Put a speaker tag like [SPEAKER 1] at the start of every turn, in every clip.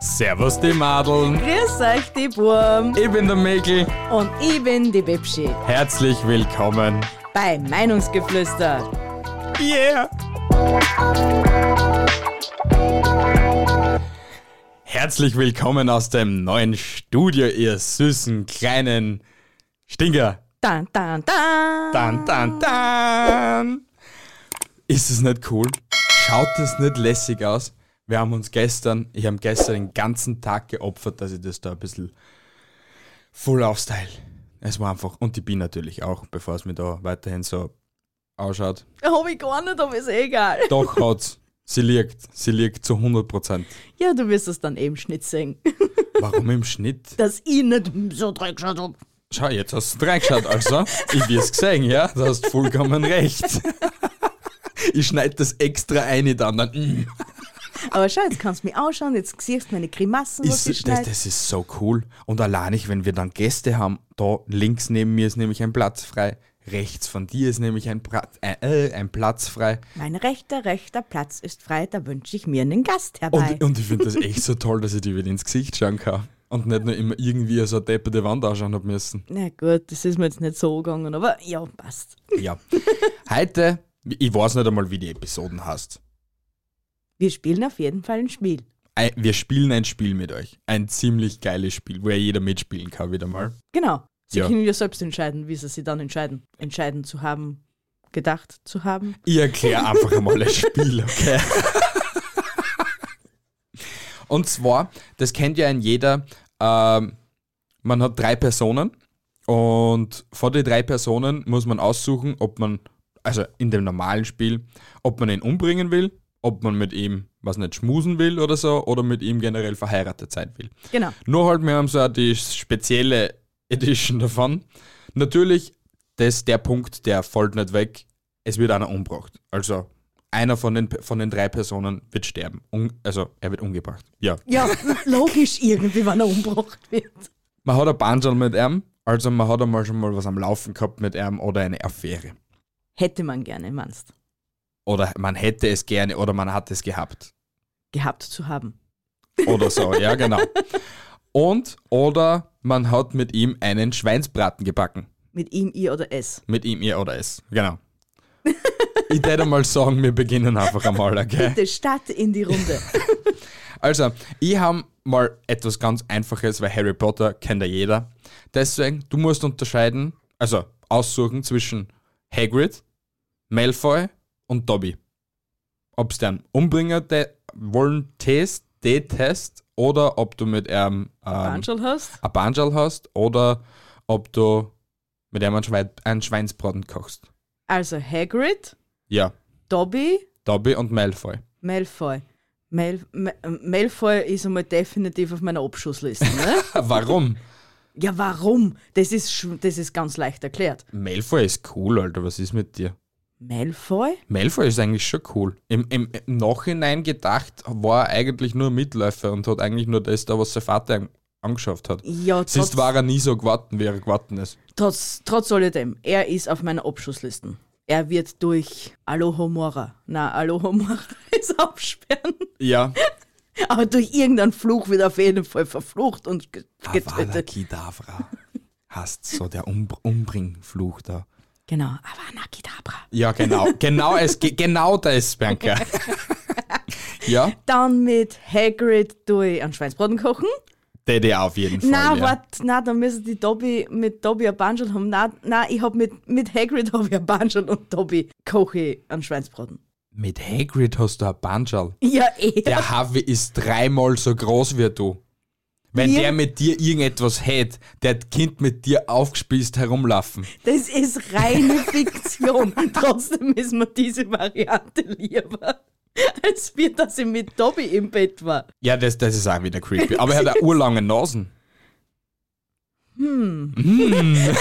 [SPEAKER 1] Servus die Madeln,
[SPEAKER 2] Grüß euch, die Burm.
[SPEAKER 1] ich bin der Mäkel.
[SPEAKER 2] Und ich bin die Bibschi.
[SPEAKER 1] Herzlich willkommen.
[SPEAKER 2] Bei Meinungsgeflüster.
[SPEAKER 1] Yeah! Herzlich willkommen aus dem neuen Studio, ihr süßen kleinen Stinker.
[SPEAKER 2] Dan, dan, dan.
[SPEAKER 1] Dan, dan, dan. Ist es nicht cool? Schaut es nicht lässig aus? Wir haben uns gestern, ich habe gestern den ganzen Tag geopfert, dass ich das da ein bisschen full aufstyle. Es war einfach, und die Bi natürlich auch, bevor es mir da weiterhin so ausschaut.
[SPEAKER 2] Hab ich gar nicht, aber ist eh egal.
[SPEAKER 1] Doch hat's. Sie liegt, sie liegt zu 100%.
[SPEAKER 2] Ja, du wirst es dann eben Schnitt sehen.
[SPEAKER 1] Warum im Schnitt?
[SPEAKER 2] Dass ich nicht so dreckschaut hab.
[SPEAKER 1] Schau, jetzt hast du reingeschaut, also. Ich wir's gesehen, ja? Du hast vollkommen recht. Ich schneide das extra ein, dann. dann mm.
[SPEAKER 2] Aber schau, jetzt kannst du mich ausschauen, jetzt siehst du meine Grimassen, was ich
[SPEAKER 1] Ist, das,
[SPEAKER 2] schneide.
[SPEAKER 1] das ist so cool. Und allein ich, wenn wir dann Gäste haben, da links neben mir ist nämlich ein Platz frei, rechts von dir ist nämlich ein, pra äh, äh, ein Platz frei.
[SPEAKER 2] Mein rechter, rechter Platz ist frei, da wünsche ich mir einen Gast herbei.
[SPEAKER 1] Und, und ich finde das echt so toll, dass ich dir wieder ins Gesicht schauen kann. Und nicht nur immer irgendwie so eine depperte Wand ausschauen habe müssen.
[SPEAKER 2] Na gut, das ist mir jetzt nicht so gegangen, aber ja, passt.
[SPEAKER 1] Ja. Heute, ich weiß nicht einmal, wie die Episoden hast.
[SPEAKER 2] Wir spielen auf jeden Fall ein Spiel.
[SPEAKER 1] Ein- Wir spielen ein Spiel mit euch. Ein ziemlich geiles Spiel, wo ja jeder mitspielen kann wieder mal.
[SPEAKER 2] Genau. Sie
[SPEAKER 1] Ja.
[SPEAKER 2] können ja selbst entscheiden, wie sie sich dann entscheiden. Entscheiden zu haben, gedacht zu haben.
[SPEAKER 1] Ich erkläre einfach einmal das Spiel, okay? Und zwar, das kennt ja ein jeder, ähm, man hat drei Personen und vor die drei Personen muss man aussuchen, ob man, also in dem normalen Spiel, ob man ihn umbringen will, ob man mit ihm, was nicht, schmusen will oder so, oder mit ihm generell verheiratet sein will.
[SPEAKER 2] Genau.
[SPEAKER 1] Nur halt, wir haben so auch die spezielle Edition davon. Natürlich, das, der Punkt, der fällt nicht weg. Es wird einer umgebracht. Also, einer von den, von den drei Personen wird sterben. Un, also, er wird umgebracht. Ja.
[SPEAKER 2] Ja, logisch irgendwie, wenn er umgebracht wird.
[SPEAKER 1] Man hat ein Bandsal mit ihm. Also, man hat einmal schon mal was am Laufen gehabt mit ihm oder eine Affäre.
[SPEAKER 2] Hätte man gerne, meinst
[SPEAKER 1] Oder man hätte es gerne oder man hat es gehabt.
[SPEAKER 2] gehabt zu haben.
[SPEAKER 1] Oder so, ja, genau. Und, oder man hat mit ihm einen Schweinsbraten gebacken.
[SPEAKER 2] Mit ihm, ihr oder es.
[SPEAKER 1] Mit ihm, ihr oder es. Genau. ich würde mal sagen, wir beginnen einfach einmal, okay?
[SPEAKER 2] Bitte starte in die Runde.
[SPEAKER 1] Also, ich habe mal etwas ganz Einfaches, weil Harry Potter kennt ja jeder. Deswegen, du musst unterscheiden, also aussuchen zwischen Hagrid, Malfoy und Dobby. Ob es den Umbringer de wollen, Test, D-Test oder ob du mit einem ähm,
[SPEAKER 2] Banschel hast?
[SPEAKER 1] ein Banjal hast oder ob du mit einem einen Schwein, einen Schweinsbraten kochst.
[SPEAKER 2] Also Hagrid,
[SPEAKER 1] Ja.
[SPEAKER 2] Dobby,
[SPEAKER 1] Dobby und Malfoy.
[SPEAKER 2] Malfoy. Mal Ma- Malfoy ist einmal definitiv auf meiner Abschussliste. Ne?
[SPEAKER 1] Warum?
[SPEAKER 2] ja, warum? Das ist, sch- das ist ganz leicht erklärt.
[SPEAKER 1] Malfoy ist cool, Alter. Was ist mit dir?
[SPEAKER 2] Malfoy?
[SPEAKER 1] Malfoy ist eigentlich schon cool. Im, im, im Nachhinein gedacht war er eigentlich nur ein Mitläufer und hat eigentlich nur das da, was sein Vater ihm angeschafft hat.
[SPEAKER 2] Ja,
[SPEAKER 1] Siehst,
[SPEAKER 2] trotz,
[SPEAKER 1] war er nie so geworden, wie er geworden ist.
[SPEAKER 2] trotz, trotz alledem. Er ist auf meiner Abschussliste. Er wird durch Alohomora, na Alohomora ist absperren,
[SPEAKER 1] Ja.
[SPEAKER 2] aber durch irgendeinen Fluch wird er auf jeden Fall verflucht und ge- äh, getötet.
[SPEAKER 1] Kedavra. Hast so der um Umbringfluch da.
[SPEAKER 2] Genau, Avana Kedavra.
[SPEAKER 1] Ja, genau. Genau, es, ge- genau das, Bianca. ja,
[SPEAKER 2] Dann mit Hagrid durch einen Schweinsbraten kochen.
[SPEAKER 1] DDR auf jeden Fall.
[SPEAKER 2] Na,
[SPEAKER 1] ja.
[SPEAKER 2] warte, na, dann müssen die Dobby mit Dobby ein Banschel haben. Na, na, ich hab mit, mit Hagrid hab ich ein Banschel und Dobby koche ich einen Schweinsbraten.
[SPEAKER 1] Mit Hagrid hast du ein Banschal.
[SPEAKER 2] Ja, eh.
[SPEAKER 1] Der Harvey ist dreimal so groß wie du. Wenn
[SPEAKER 2] Wir-
[SPEAKER 1] der mit dir irgendetwas hätte, der hat Kind mit dir aufgespießt herumlaufen.
[SPEAKER 2] Das ist reine Fiktion. Trotzdem ist mir diese Variante lieber. als wir, dass ich mit Dobby im Bett war.
[SPEAKER 1] Ja, das, das ist auch wieder creepy. Aber er hat eine urlange Nasen. Hm.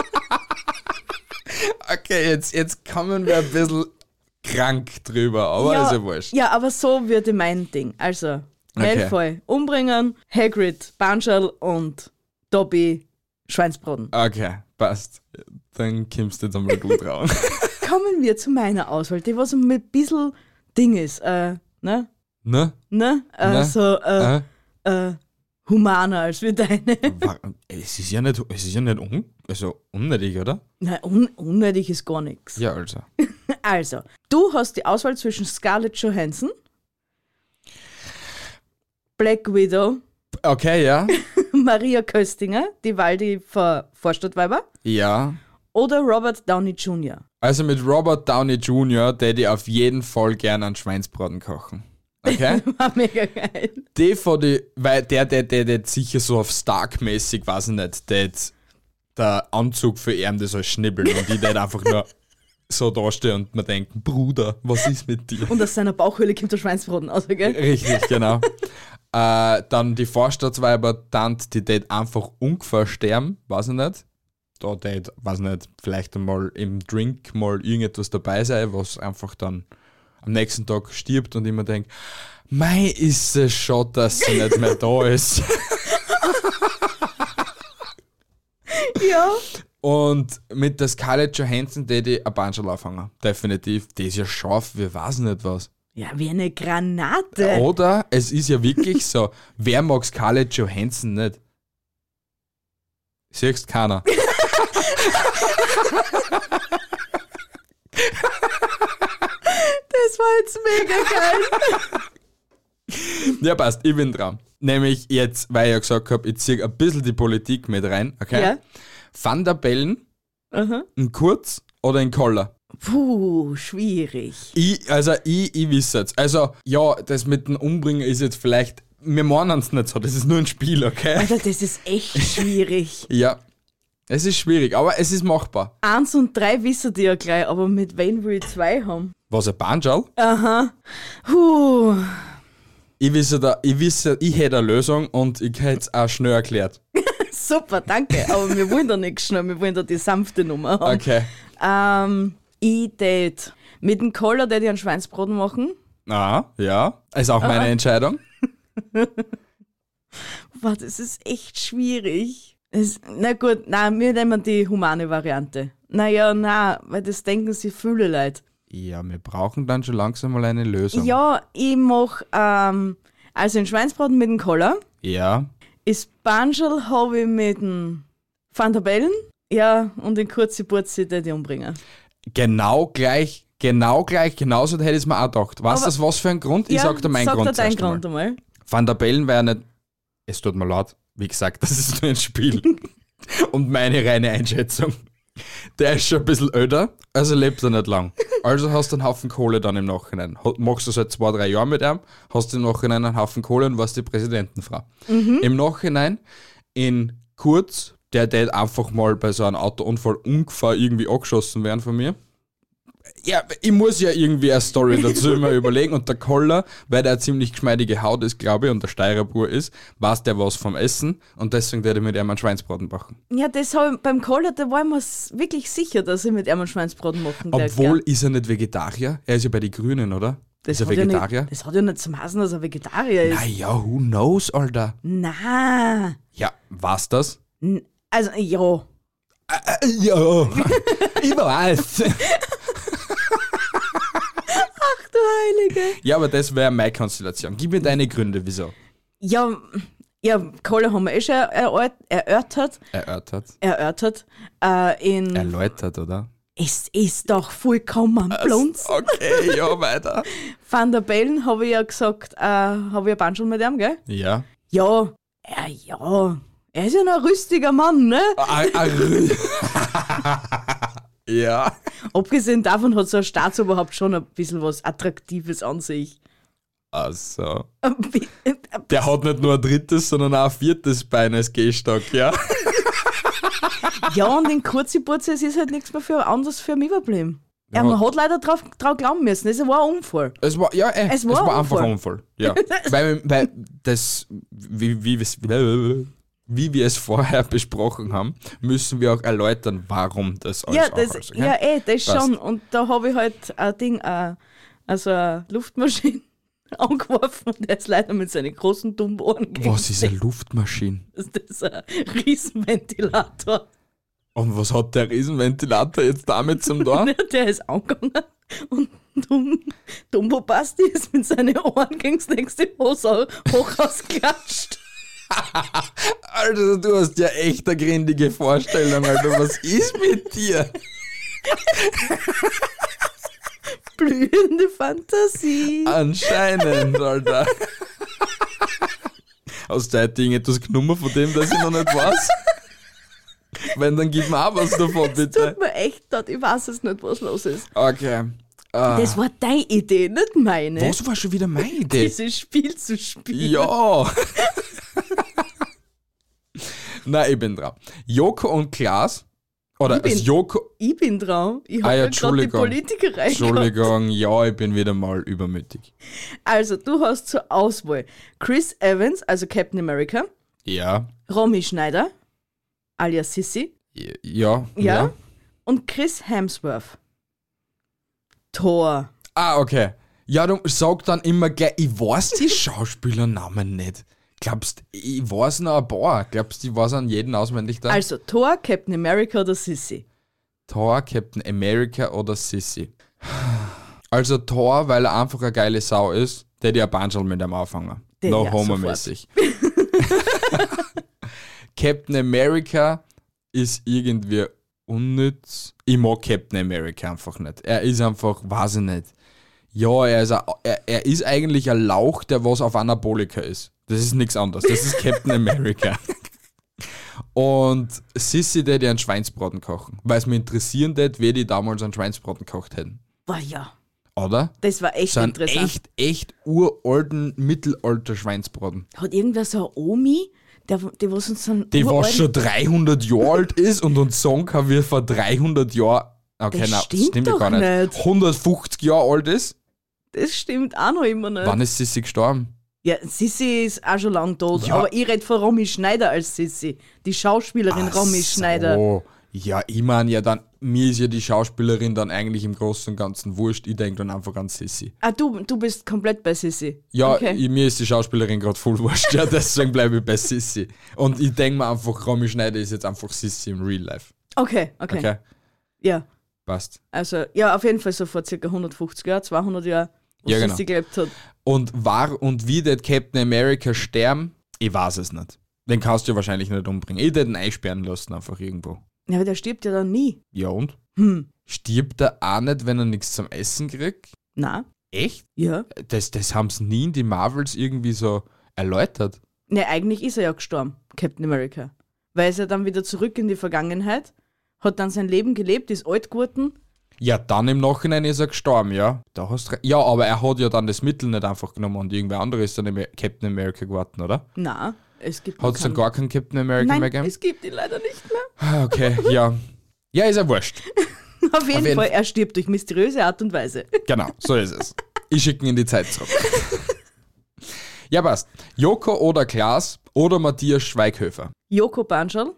[SPEAKER 1] okay, jetzt, jetzt kommen wir ein bisschen krank drüber, aber ist ja wurscht.
[SPEAKER 2] ja, aber so würde mein Ding. Also,
[SPEAKER 1] Okay.
[SPEAKER 2] Malfoy umbringen, Hagrid, Banschel und Dobby
[SPEAKER 1] Ah.
[SPEAKER 2] Schweinsbraten.
[SPEAKER 1] Okay, passt. Dann kommst jetzt einmal du drauf.
[SPEAKER 2] Kommen wir zu meiner Auswahl, die was ein bisschen Ding ist. Äh, ne?
[SPEAKER 1] ne?
[SPEAKER 2] Ne? Äh,
[SPEAKER 1] Ne?
[SPEAKER 2] So äh,
[SPEAKER 1] Äh?
[SPEAKER 2] äh, humaner als wir deine.
[SPEAKER 1] Wa- Es ist ja nicht, es ist ja nicht un, also unnötig, oder?
[SPEAKER 2] Nein, un unnötig ist gar nichts.
[SPEAKER 1] Ja, also.
[SPEAKER 2] Also, du hast die Auswahl zwischen Scarlett Johansson, Black Widow,
[SPEAKER 1] Okay, ja.
[SPEAKER 2] Maria Köstinger, die Waldi vor Vorstadtweiber,
[SPEAKER 1] Ja.
[SPEAKER 2] oder Robert Downey Jr.
[SPEAKER 1] Also mit Robert Downey Jr., der die auf jeden Fall gern an Schweinsbraten kochen. Okay?
[SPEAKER 2] War mega geil.
[SPEAKER 1] die von die, weil der, der, der, der sicher so auf Stark-mäßig, weiß ich nicht, der, jetzt- der Anzug für ihn, das soll schnibbeln und die, der einfach nur so dasteht und mir denken, Bruder, was ist mit dir?
[SPEAKER 2] Und aus seiner Bauchhöhle kommt der Schweinsbraten raus, gell?
[SPEAKER 1] Richtig, genau. äh, dann die Vorstadtsweiber, Tant, die tät einfach ungefähr sterben, weiß ich nicht. Da tät, weiß ich nicht, vielleicht einmal im Drink mal irgendetwas dabei sein, was einfach dann am nächsten Tag stirbt und immer denkt, mei, ist es schon, dass sie nicht mehr da ist.
[SPEAKER 2] Ja.
[SPEAKER 1] Und mit der Scarlett Johansson tät ich ein Banschel anfangen. Definitiv. Die ist ja scharf, wir weiß nicht was.
[SPEAKER 2] Ja, wie eine Granate.
[SPEAKER 1] Oder es ist ja wirklich so, wer mag Scarlett Johansson nicht? Siehst keiner.
[SPEAKER 2] Das war jetzt mega geil.
[SPEAKER 1] ja, passt, ich bin dran. Nämlich jetzt, weil ich ja gesagt habe, ich ziehe ein bisschen die Politik mit rein, okay?
[SPEAKER 2] Ja.
[SPEAKER 1] Van der Bellen,
[SPEAKER 2] Aha.
[SPEAKER 1] in Kurz oder in Koller?
[SPEAKER 2] Puh, schwierig.
[SPEAKER 1] Ich, also ich, ich wisse jetzt. Also ja, das mit dem Umbringen ist jetzt vielleicht, wir meinen es nicht so, das ist nur ein Spiel, okay?
[SPEAKER 2] Alter, Also, das ist echt schwierig.
[SPEAKER 1] Ja, es ist schwierig, aber es ist machbar.
[SPEAKER 2] Eins und drei wissen die ja gleich, aber mit wen will ich zwei haben?
[SPEAKER 1] Was, ein Banjal?
[SPEAKER 2] Puh.
[SPEAKER 1] Ich wisse, da, ich wisse, ich hätte eine Lösung und ich hätte es auch schnell erklärt.
[SPEAKER 2] Super, danke. Aber wir wollen da nichts schnell, wir wollen da die sanfte Nummer haben.
[SPEAKER 1] Okay.
[SPEAKER 2] Ähm, ich tät mit dem Koller tät ich einen Schweinsbraten machen.
[SPEAKER 1] Ah, ja. Ist auch meine Entscheidung.
[SPEAKER 2] Boah, das ist echt schwierig. Es- na gut, na, wir nehmen die humane Variante. Naja, na, weil das denken sie viele Leute.
[SPEAKER 1] Ja, wir brauchen dann schon langsam mal eine Lösung.
[SPEAKER 2] Ja, ich mach, ähm, also den Schweinsbraten mit dem Koller.
[SPEAKER 1] Ja.
[SPEAKER 2] Ist Banschel habe ich mit dem Van der Bellen. Ja, und den kurzen Burzi tät ich umbringen.
[SPEAKER 1] Genau gleich, genau gleich, genauso hätte ich es mir auch gedacht. Weißt du, das was für ein Grund? Ich
[SPEAKER 2] ja,
[SPEAKER 1] sag dir meinen
[SPEAKER 2] sag
[SPEAKER 1] Grund.
[SPEAKER 2] dir deinen
[SPEAKER 1] zuerst einmal.
[SPEAKER 2] Grund einmal.
[SPEAKER 1] Van der Bellen war ja nicht. Es tut mir leid, wie gesagt, das ist nur ein Spiel. Und meine reine Einschätzung. Der ist schon ein bisschen öder, also lebt er nicht lang. Also hast du einen Haufen Kohle dann im Nachhinein. Ho- Machst du seit zwei, drei Jahren mit ihm, hast im Nachhinein einen Haufen Kohle und warst die Präsidentenfrau. Im Nachhinein in Kurz, der tät einfach mal bei so einem Autounfall ungefähr irgendwie angeschossen werden von mir. Ja, ich muss ja irgendwie eine Story dazu immer überlegen. Und der Koller, weil der eine ziemlich geschmeidige Haut ist, glaube ich, und der Steirerbur ist, weiß der was vom Essen und deswegen werde ich mit ihm einen Schweinsbraten machen.
[SPEAKER 2] Ja, das hab ich, beim Koller, da war ich mir s- wirklich sicher, dass ich mit einem Schweinsbraten machen darf,
[SPEAKER 1] Obwohl
[SPEAKER 2] gell?
[SPEAKER 1] ist er nicht Vegetarier. Er ist ja bei den Grünen, oder? ist er
[SPEAKER 2] hat ja nicht-
[SPEAKER 1] Vegetarier?
[SPEAKER 2] das hat ja nicht zum Hasen, dass er Vegetarier ist.
[SPEAKER 1] naja, who knows, Alter.
[SPEAKER 2] Na,
[SPEAKER 1] Ja, was das?
[SPEAKER 2] also ja.
[SPEAKER 1] Äh, ja, ich weiß.
[SPEAKER 2] Du Heilige.
[SPEAKER 1] ja, aber das wäre meine Konstellation. Gib mir deine Gründe, wieso.
[SPEAKER 2] Ja, ja, Kohle haben wir eh schon erört, erörtert.
[SPEAKER 1] Erörtert.
[SPEAKER 2] erörtert äh, in,
[SPEAKER 1] Erläutert, oder?
[SPEAKER 2] es ist doch vollkommen blunz.
[SPEAKER 1] Oh. Okay, ja, weiter.
[SPEAKER 2] Van der Bellen habe ich ja gesagt, äh, habe ich ein Banschel mit ihm, gell?
[SPEAKER 1] Ja.
[SPEAKER 2] Ja, ja, ja. Er ist ja noch ein rüstiger Mann, ne?
[SPEAKER 1] Ah, ah, rü- ja.
[SPEAKER 2] Abgesehen davon hat so ein Staatsoberhaupt schon ein bisschen was Attraktives an sich. Äh,
[SPEAKER 1] Also.
[SPEAKER 2] Ein bi-
[SPEAKER 1] Der hat nicht nur ein drittes, sondern auch ein viertes Bein als Gehstock, ja?
[SPEAKER 2] Ja, und in kurze Purze, es ist halt nichts mehr für anders für mich überblieben. Ja, man hat leider drauf, drauf glauben müssen. Es war ein Unfall.
[SPEAKER 1] Es war, ja, eh,
[SPEAKER 2] Es war ein
[SPEAKER 1] einfach ein
[SPEAKER 2] Unfall.
[SPEAKER 1] Unfall. Ja. weil, weil das, wie, wie, wir es- wie wir es vorher besprochen haben, müssen wir auch erläutern, warum das alles
[SPEAKER 2] ja,
[SPEAKER 1] auch
[SPEAKER 2] das,
[SPEAKER 1] alles, okay?
[SPEAKER 2] ja, eh, das
[SPEAKER 1] Passt.
[SPEAKER 2] schon. Und da habe ich halt ein Ding, äh, also eine Luftmaschine angeworfen und er ist leider mit seinen großen dummen Ohren gegen-
[SPEAKER 1] Was ist eine Luftmaschine?
[SPEAKER 2] Das ist ein Riesenventilator.
[SPEAKER 1] Und was hat der Riesenventilator jetzt damit zum tun?
[SPEAKER 2] Der ist angegangen und dumm, Dumbo Basti ist mit seinen Ohren gegen das nächste Hose hoch ausklatscht.
[SPEAKER 1] Alter, du hast ja echt eine grindige Vorstellung, Alter. Was ist mit dir?
[SPEAKER 2] Blühende Fantasie.
[SPEAKER 1] Anscheinend, Alter. Hast du heute irgendetwas genommen von dem, dass ich noch nicht weiß? Wenn, dann gib mir auch was davon, bitte.
[SPEAKER 2] Tut mir echt leid, ich weiß es nicht, was los ist.
[SPEAKER 1] Okay. Ah,
[SPEAKER 2] Das war deine Idee, nicht meine.
[SPEAKER 1] was war schon wieder meine Idee?
[SPEAKER 2] Dieses Spiel zu spielen.
[SPEAKER 1] Ja. Na, ich bin dran. Joko und Klaas. Oder
[SPEAKER 2] Ich bin- Oh
[SPEAKER 1] es Joko.
[SPEAKER 2] Ich bin dran. Ich
[SPEAKER 1] Ah ja,
[SPEAKER 2] habe gerade die
[SPEAKER 1] Entschuldigung.
[SPEAKER 2] Politiker reingekommen.
[SPEAKER 1] Entschuldigung, ja, ich bin wieder mal übermütig.
[SPEAKER 2] Also, du hast zur Auswahl Chris Evans, also Captain America,
[SPEAKER 1] Ja.
[SPEAKER 2] Romy Schneider, alias Sissy,
[SPEAKER 1] Ja. Ja.
[SPEAKER 2] ja, und Chris Hemsworth. Thor.
[SPEAKER 1] Ah, okay. Ja, du sag dann immer gleich, ich weiß die Schauspielernamen nicht. Glaubst, ich weiß noch ein paar. Glaubst, ich weiß an jeden auswendig dann?
[SPEAKER 2] Also, Thor, Captain America oder Sissy.
[SPEAKER 1] Thor, Captain America oder Sissy? Also Thor, weil er einfach eine geile Sau ist, der die ein Banschel mit dem anfangen.
[SPEAKER 2] Den
[SPEAKER 1] no
[SPEAKER 2] ja,
[SPEAKER 1] homo-mäßig. Captain America ist irgendwie unnütz. Ich mag Captain America einfach nicht. Er ist einfach, weiß ich nicht. Ja, er ist, ein, er, er ist eigentlich ein Lauch, der was auf Anabolika ist. Das ist nichts anderes. Das ist Captain America. Und Sissi hätte einen Schweinsbraten kochen. Weil es mich interessieren hätte, wer die damals einen Schweinsbraten gekocht hätten.
[SPEAKER 2] Boah, ja.
[SPEAKER 1] Oder?
[SPEAKER 2] Das war echt
[SPEAKER 1] So einen
[SPEAKER 2] interessant.
[SPEAKER 1] echt, echt uralten Mittelalter-Schweinsbraten.
[SPEAKER 2] Hat irgendwer so eine Omi, der, der was uns so einen
[SPEAKER 1] Die was
[SPEAKER 2] uralten-
[SPEAKER 1] schon 300 Jahre alt ist und uns sagen kann, wie er vor 300 Jahren. Okay,
[SPEAKER 2] Das
[SPEAKER 1] nein,
[SPEAKER 2] stimmt
[SPEAKER 1] ja
[SPEAKER 2] doch
[SPEAKER 1] gar nicht.
[SPEAKER 2] nicht.
[SPEAKER 1] 150 Jahre alt ist.
[SPEAKER 2] Das stimmt auch noch immer nicht.
[SPEAKER 1] Wann ist Sissi gestorben?
[SPEAKER 2] Ja, Sissi ist auch schon lang tot,
[SPEAKER 1] Ja.
[SPEAKER 2] aber ich rede von Romy Schneider als Sissi. Die Schauspielerin Romy Schneider.
[SPEAKER 1] So. Ja, ich meine ja dann, mir ist ja die Schauspielerin dann eigentlich im Großen und Ganzen wurscht. Ich denke dann einfach an Sissi.
[SPEAKER 2] Ah, du, du bist komplett bei Sissi.
[SPEAKER 1] Ja,
[SPEAKER 2] okay.
[SPEAKER 1] ich, mir ist die Schauspielerin gerade voll wurscht, ja, deswegen bleibe ich bei Sissi. Und ich denke mir einfach, Romy Schneider ist jetzt einfach Sissi im Real Life.
[SPEAKER 2] okay, okay,
[SPEAKER 1] Okay?
[SPEAKER 2] Ja,
[SPEAKER 1] Passt.
[SPEAKER 2] also, ja, auf jeden Fall so vor circa 150 Jahren, 200 Jahren, wo
[SPEAKER 1] Ja, genau.
[SPEAKER 2] Sissi gelebt hat.
[SPEAKER 1] Und war und wie der Captain America sterben, ich weiß es nicht. Den kannst du ja wahrscheinlich nicht umbringen. Ich hätte ihn einsperren lassen, einfach irgendwo.
[SPEAKER 2] Ja, aber der stirbt ja dann nie.
[SPEAKER 1] Ja und?
[SPEAKER 2] Hm,
[SPEAKER 1] Stirbt er auch nicht, wenn er nichts zum Essen kriegt?
[SPEAKER 2] na,
[SPEAKER 1] Echt?
[SPEAKER 2] ja.
[SPEAKER 1] Das, das haben sie nie in die Marvels irgendwie so erläutert.
[SPEAKER 2] Ne, eigentlich ist er ja gestorben, Captain America. Weil er ist ja dann wieder zurück in die Vergangenheit, hat dann sein Leben gelebt, ist alt geworden.
[SPEAKER 1] Ja, dann im Nachhinein ist er gestorben, ja. Da hast du re- Ja, aber er hat ja dann das Mittel nicht einfach genommen und irgendwer andere ist dann im Captain America geworden, oder?
[SPEAKER 2] Na, es gibt
[SPEAKER 1] Hat es dann
[SPEAKER 2] keinen-
[SPEAKER 1] gar keinen Captain America
[SPEAKER 2] Nein,
[SPEAKER 1] mehr gegeben?
[SPEAKER 2] es gibt ihn leider nicht mehr.
[SPEAKER 1] Ah, Okay, ja. Ja, ist ja wurscht.
[SPEAKER 2] Auf jeden,
[SPEAKER 1] jeden
[SPEAKER 2] Fall,
[SPEAKER 1] Fall.
[SPEAKER 2] er stirbt durch mysteriöse Art und Weise.
[SPEAKER 1] Genau, so ist es. Ich schicke ihn in die Zeit zurück. Ja, passt. Joko oder Klaas oder Matthias Schweighöfer?
[SPEAKER 2] Joko Banschal,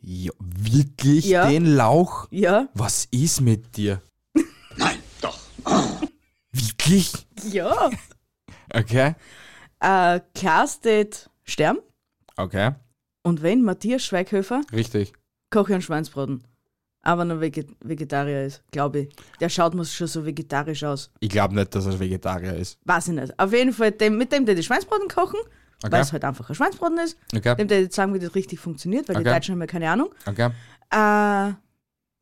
[SPEAKER 1] Ja, wirklich
[SPEAKER 2] Ja.
[SPEAKER 1] den Lauch?
[SPEAKER 2] ja,
[SPEAKER 1] Was ist mit dir? Nein, doch. Wirklich?
[SPEAKER 2] ja.
[SPEAKER 1] Okay.
[SPEAKER 2] äh, Klaas tät sterben.
[SPEAKER 1] Okay,
[SPEAKER 2] Und wenn Matthias Schweighöfer
[SPEAKER 1] richtig.
[SPEAKER 2] koche einen Schweinsbraten. Aber nur Veget Vegetarier ist, glaube ich. Der schaut mir schon so vegetarisch aus.
[SPEAKER 1] Ich glaube nicht, dass er Vegetarier ist.
[SPEAKER 2] Weiß ich nicht. Auf jeden Fall, dem, mit dem der die Schweinsbraten kochen, weil
[SPEAKER 1] Okay,
[SPEAKER 2] es halt einfach ein Schweinsbraten ist.
[SPEAKER 1] okay,
[SPEAKER 2] Dem der jetzt sagen, wie das richtig funktioniert, weil die
[SPEAKER 1] Okay.
[SPEAKER 2] Deutschen haben ja keine Ahnung.
[SPEAKER 1] okay.
[SPEAKER 2] Äh,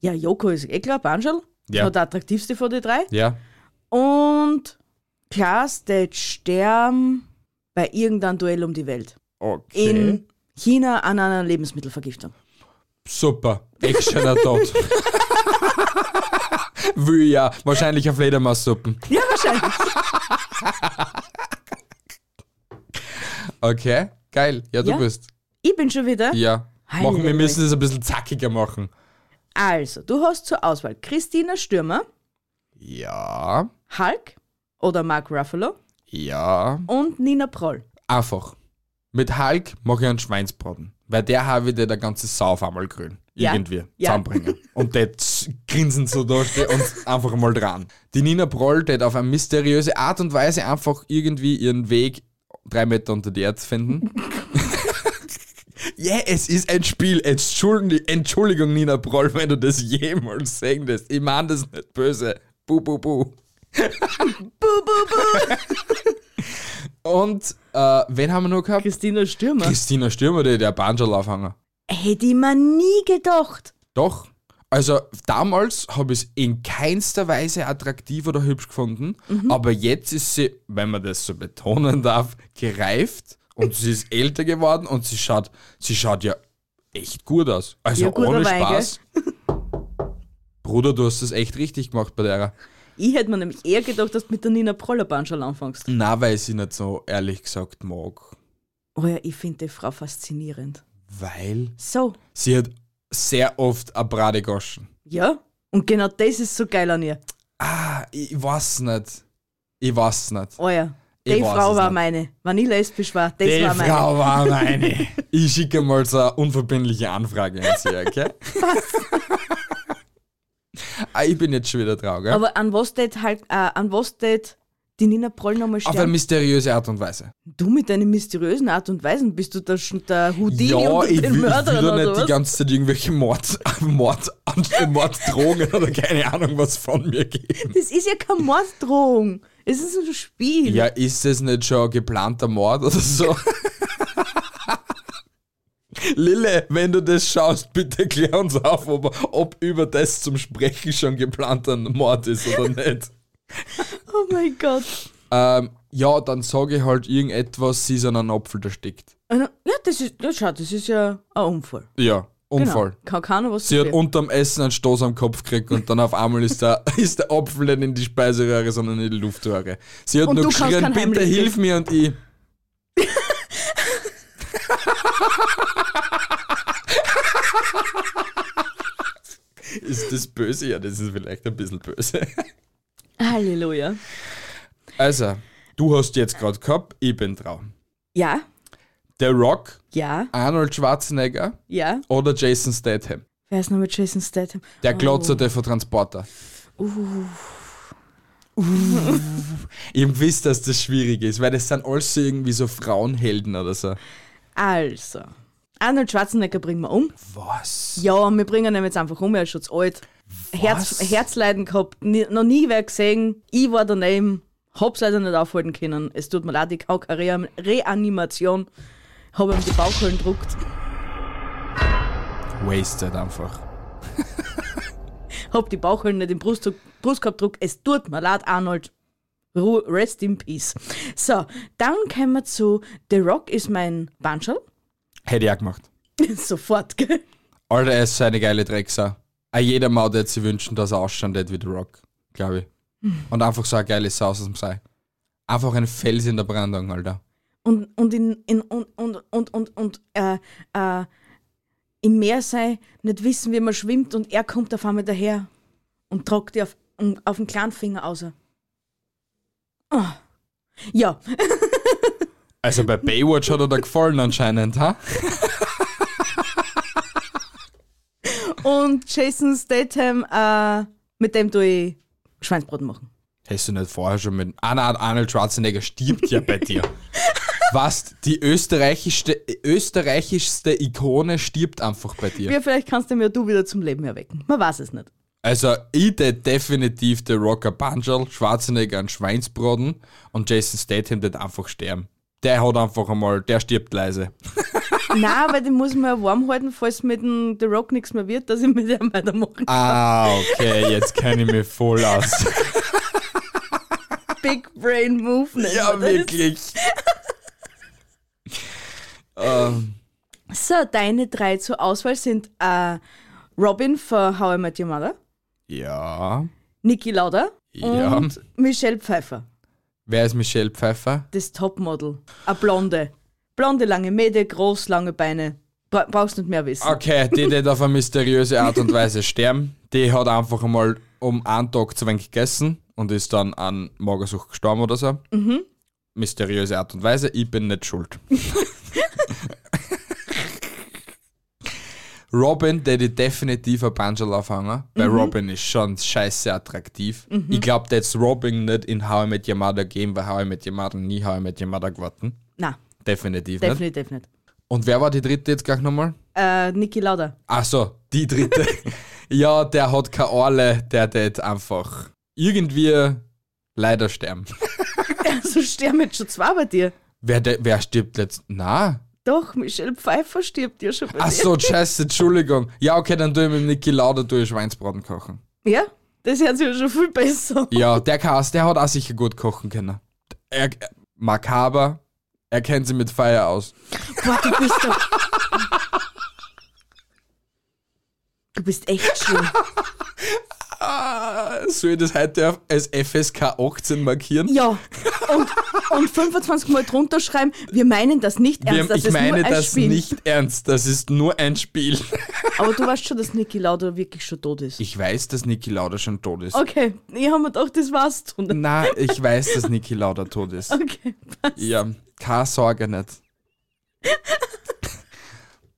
[SPEAKER 2] ja, Joko ist eh klar, Banschal.
[SPEAKER 1] Ja.
[SPEAKER 2] Hat der attraktivste von den drei.
[SPEAKER 1] Ja,
[SPEAKER 2] Und Klaas tät sterben bei irgendeinem Duell um die Welt.
[SPEAKER 1] okay.
[SPEAKER 2] In China an einer Lebensmittelvergiftung.
[SPEAKER 1] Super, Actioner tot. Will ich ja, wahrscheinlich auf Ledermaussuppen.
[SPEAKER 2] Ja, wahrscheinlich.
[SPEAKER 1] Okay, geil. Ja, du
[SPEAKER 2] Ja?
[SPEAKER 1] bist.
[SPEAKER 2] ich bin schon wieder.
[SPEAKER 1] Ja. Machen, wir
[SPEAKER 2] Heilige
[SPEAKER 1] müssen es ein bisschen zackiger machen.
[SPEAKER 2] Also, du hast zur Auswahl Christina Stürmer,
[SPEAKER 1] Ja,
[SPEAKER 2] Hulk oder Mark Ruffalo
[SPEAKER 1] ja.
[SPEAKER 2] und Nina Proll.
[SPEAKER 1] Einfach. Mit Hulk mache ich einen Schweinsbraten. Weil der habe ich dir der ganze Sau auf einmal grün.
[SPEAKER 2] Ja.
[SPEAKER 1] Irgendwie.
[SPEAKER 2] Ja.
[SPEAKER 1] Zusammenbringen. Und der z- grinsen so da stehen und einfach mal dran. Die Nina Proll tät auf eine mysteriöse Art und Weise einfach irgendwie ihren Weg drei Meter unter die Erde finden. Ja, es ist ein Spiel. Entschuldi- Entschuldigung, Nina Proll, wenn du das jemals sehen lässt. Ich meine das nicht böse. Bu, bu, bu.
[SPEAKER 2] Buh, buh, buh.
[SPEAKER 1] Und äh, wen haben wir noch gehabt?
[SPEAKER 2] Christina Stürmer.
[SPEAKER 1] Christina Stürmer, die der Banjal-Aufhänger.
[SPEAKER 2] Hätte ich mir nie gedacht.
[SPEAKER 1] Doch. Also damals habe ich es in keinster Weise attraktiv oder hübsch gefunden, aber jetzt ist sie, wenn man das so betonen darf, gereift und sie ist älter geworden und sie schaut, sie schaut ja echt gut aus. Also
[SPEAKER 2] Ja, guter
[SPEAKER 1] ohne
[SPEAKER 2] Wein,
[SPEAKER 1] Spaß. Bruder, du hast das echt richtig gemacht bei der.
[SPEAKER 2] Ich hätte mir nämlich eher gedacht, dass du mit der Nina Prollerbahn schon anfängst.
[SPEAKER 1] Na, weil ich sie nicht so ehrlich gesagt mag,
[SPEAKER 2] Oh ja, ich finde die Frau faszinierend.
[SPEAKER 1] weil
[SPEAKER 2] So,
[SPEAKER 1] sie hat sehr oft eine Brade goschen.
[SPEAKER 2] ja. Und genau das ist so geil an ihr.
[SPEAKER 1] Ah, ich weiß nicht. Ich weiß nicht.
[SPEAKER 2] Oh ja.
[SPEAKER 1] Ich
[SPEAKER 2] Die
[SPEAKER 1] weiß
[SPEAKER 2] Frau
[SPEAKER 1] es
[SPEAKER 2] war
[SPEAKER 1] nicht.
[SPEAKER 2] meine. Wenn ich lesbisch war, das
[SPEAKER 1] Die
[SPEAKER 2] war meine.
[SPEAKER 1] Frau war meine. Ich schicke mal so eine unverbindliche Anfrage an sie, okay? ah, ich bin jetzt schon wieder traurig.
[SPEAKER 2] Aber an was tät halt, äh, an was tät die Nina Proll nochmal
[SPEAKER 1] Auf eine
[SPEAKER 2] sterben?
[SPEAKER 1] mysteriöse Art und Weise.
[SPEAKER 2] Du mit deiner mysteriösen Art und Weise bist du da schon der Houdini
[SPEAKER 1] ja,
[SPEAKER 2] unter
[SPEAKER 1] ich
[SPEAKER 2] den
[SPEAKER 1] will, ich will
[SPEAKER 2] Mördern
[SPEAKER 1] doch
[SPEAKER 2] oder
[SPEAKER 1] nicht die
[SPEAKER 2] was?
[SPEAKER 1] ganze Zeit irgendwelche Mord, Mord, Morddrohungen oder keine Ahnung was von mir geben.
[SPEAKER 2] Das ist ja keine Morddrohung. Es ist ein Spiel.
[SPEAKER 1] Ja, ist das nicht schon geplanter Mord oder so? Lille, wenn du das schaust, bitte klär uns auf, ob, ob über das zum Sprechen schon geplanter Mord ist oder nicht.
[SPEAKER 2] Oh mein Gott.
[SPEAKER 1] Ähm, ja, dann sage ich halt irgendetwas, sie ist an einem Apfel erstickt.
[SPEAKER 2] Äh, Ja, das ist, ja, schau, das ist ja ein Unfall.
[SPEAKER 1] Ja, Unfall.
[SPEAKER 2] Genau. Kann keiner was
[SPEAKER 1] Sie hat
[SPEAKER 2] dafür.
[SPEAKER 1] unterm Essen einen Stoß am Kopf gekriegt und dann auf einmal ist der, ist der Apfel nicht in die Speiseröhre, sondern in die Luftröhre. Sie hat
[SPEAKER 2] Und
[SPEAKER 1] nur
[SPEAKER 2] du kannst
[SPEAKER 1] geschrien,
[SPEAKER 2] kein
[SPEAKER 1] bitte
[SPEAKER 2] Heimlich
[SPEAKER 1] hilf mir und ich. ist das böse? Ja, das ist vielleicht ein bisschen böse.
[SPEAKER 2] Halleluja.
[SPEAKER 1] Also, du hast jetzt gerade gehabt, ich bin dran.
[SPEAKER 2] Ja,
[SPEAKER 1] The Rock,
[SPEAKER 2] ja,
[SPEAKER 1] Arnold Schwarzenegger
[SPEAKER 2] ja.
[SPEAKER 1] oder Jason Statham.
[SPEAKER 2] Wer ist noch mit Jason Statham?
[SPEAKER 1] Der Glotzerte von Transporter. Ihr wisst, dass das schwierig ist, weil das sind alles so irgendwie so Frauenhelden oder so.
[SPEAKER 2] Also, Arnold Schwarzenegger bringen wir um.
[SPEAKER 1] Was?
[SPEAKER 2] Ja, wir bringen ihn jetzt einfach um, er ist schon zu alt. Herz, Herzleiden gehabt, ni- noch nie wer gesehen. Ich war daneben, hab's leider nicht aufhalten können. Es tut mir leid, ich hau keine Re Reanimation. Habe ihm die Bauchhöhlen gedruckt,
[SPEAKER 1] Wasted einfach.
[SPEAKER 2] hab die Bauchhöhlen nicht im Brustdruck, Brustkorb gedruckt. Es tut mir leid, Arnold. Ruhe, rest in peace. So, dann kommen wir zu The Rock ist mein Banschel.
[SPEAKER 1] Hätte ich auch gemacht.
[SPEAKER 2] Sofort, gell?
[SPEAKER 1] Alter, er ist so eine geile Drecksau. Auch jeder Mann hätte sich wünschen, dass er ausschaut hätte wie The Rock, glaube ich. Und einfach so eine geile Sau aus dem Sei. Einfach ein Fels in der Brandung, Alter.
[SPEAKER 2] und und in, in und und und und, und äh, äh, im Meer sei, nicht wissen, wie man schwimmt und er kommt auf einmal daher und tragt die auf, um, auf den kleinen Finger aus. Oh. Ja,
[SPEAKER 1] Also bei Baywatch hat er da gefallen anscheinend, ha?
[SPEAKER 2] und Jason Statham, äh, mit dem tue ich Schweinsbraten machen.
[SPEAKER 1] Hast du nicht vorher schon mit. Ah, nein, Arnold Schwarzenegger stirbt ja bei dir. Was? Die österreichischste, österreichischste Ikone stirbt einfach bei dir.
[SPEAKER 2] Ja, vielleicht kannst du mir ja du wieder zum Leben erwecken. Man weiß es nicht.
[SPEAKER 1] Also, ich tät definitiv der Rocker Banjal, Schwarzenegger an Schweinsbraten und Jason Statham tät einfach sterben. Der hat einfach einmal, der stirbt leise.
[SPEAKER 2] Nein, weil den muss man ja warm halten, falls mit dem The Rock nichts mehr wird, dass ich mit dem weitermachen.
[SPEAKER 1] Ah, okay, jetzt kenne ich mich voll aus.
[SPEAKER 2] Big Brain Move. nennt
[SPEAKER 1] ja,
[SPEAKER 2] man das.
[SPEAKER 1] wirklich. ähm,
[SPEAKER 2] So, deine drei zur Auswahl sind äh, Robin von How I Met Your Mother,
[SPEAKER 1] ja,
[SPEAKER 2] Niki Lauda
[SPEAKER 1] ja.
[SPEAKER 2] und Michelle Pfeiffer,
[SPEAKER 1] Wer ist Michelle Pfeiffer?
[SPEAKER 2] das Topmodel. Eine blonde. Blonde, lange Mäde, groß, lange Beine. Bra
[SPEAKER 1] Ah.
[SPEAKER 2] brauchst nicht mehr wissen.
[SPEAKER 1] Okay, die, die auf eine mysteriöse Art und Weise sterben, die hat einfach einmal um einen Tag zu wenig gegessen und ist dann an Magersucht gestorben oder so. Mysteriöse Art und Weise, ich bin nicht schuld. Robin, der die definitiver Banjalafanger. Bei Robin ist schon scheiße attraktiv. Ich glaube, das Robin nicht in How I Met Your Mother geben, weil How I Met Your Mother nie How I Met Your Mother geworden.
[SPEAKER 2] Nein,
[SPEAKER 1] Definitiv, nicht.
[SPEAKER 2] definitiv nicht.
[SPEAKER 1] Und wer war die dritte jetzt gleich nochmal?
[SPEAKER 2] Äh, Niki Lauda.
[SPEAKER 1] Ach so, die dritte. ja, der hat keine Orle, der tät einfach irgendwie leider sterben.
[SPEAKER 2] Also sterben jetzt schon zwei bei dir.
[SPEAKER 1] Wer, de, wer stirbt letzt? Na?
[SPEAKER 2] Doch, Michelle Pfeiffer stirbt ja schon bei
[SPEAKER 1] Ach
[SPEAKER 2] dir.
[SPEAKER 1] so, scheiße, Entschuldigung. Ja, okay, dann tu ich mit dem Niki Lauda tu ich Schweinsbraten kochen.
[SPEAKER 2] Ja, das hört sich ja schon viel besser.
[SPEAKER 1] Ja, der Cast, der hat auch sicher gut kochen können. Er, makaber, er kennt sie mit Feier aus.
[SPEAKER 2] Boah, du bist doch... Du bist echt schlimm.
[SPEAKER 1] Ah, Soll ich das heute auf- als FSK 18 markieren?
[SPEAKER 2] Ja, und, und 25 Mal drunter schreiben, wir meinen das nicht
[SPEAKER 1] Wir-
[SPEAKER 2] ernst, das
[SPEAKER 1] ich
[SPEAKER 2] ist
[SPEAKER 1] meine
[SPEAKER 2] nur ein
[SPEAKER 1] das
[SPEAKER 2] Spiel.
[SPEAKER 1] nicht ernst, das ist nur ein Spiel.
[SPEAKER 2] Aber du weißt schon, dass Niki Lauda wirklich schon tot ist.
[SPEAKER 1] Ich weiß, dass Niki Lauda schon tot ist.
[SPEAKER 2] Okay, ich habe mir gedacht, das war's. Tun.
[SPEAKER 1] Na, ich weiß, dass Niki Lauda tot ist.
[SPEAKER 2] Okay, passt.
[SPEAKER 1] Ja, keine Sorge nicht.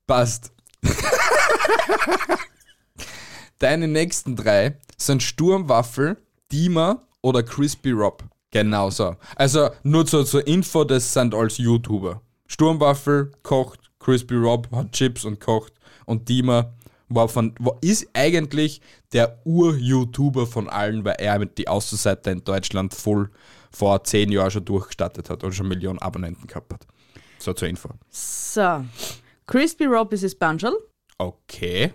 [SPEAKER 1] Passt. Deine nächsten drei sind Sturmwaffel, Dima oder Crispy Rob. Genau so. Also nur zur, zur Info, das sind als YouTuber. Sturmwaffel kocht, Crispy Rob hat Chips und kocht und Dima war von, war, ist eigentlich der Ur-YouTuber von allen, weil er mit die Außenseite in Deutschland voll vor zehn Jahren schon durchgestartet hat und schon Millionen Abonnenten gehabt hat. So zur Info.
[SPEAKER 2] So, Crispy Rob ist das Bunchel.
[SPEAKER 1] Okay.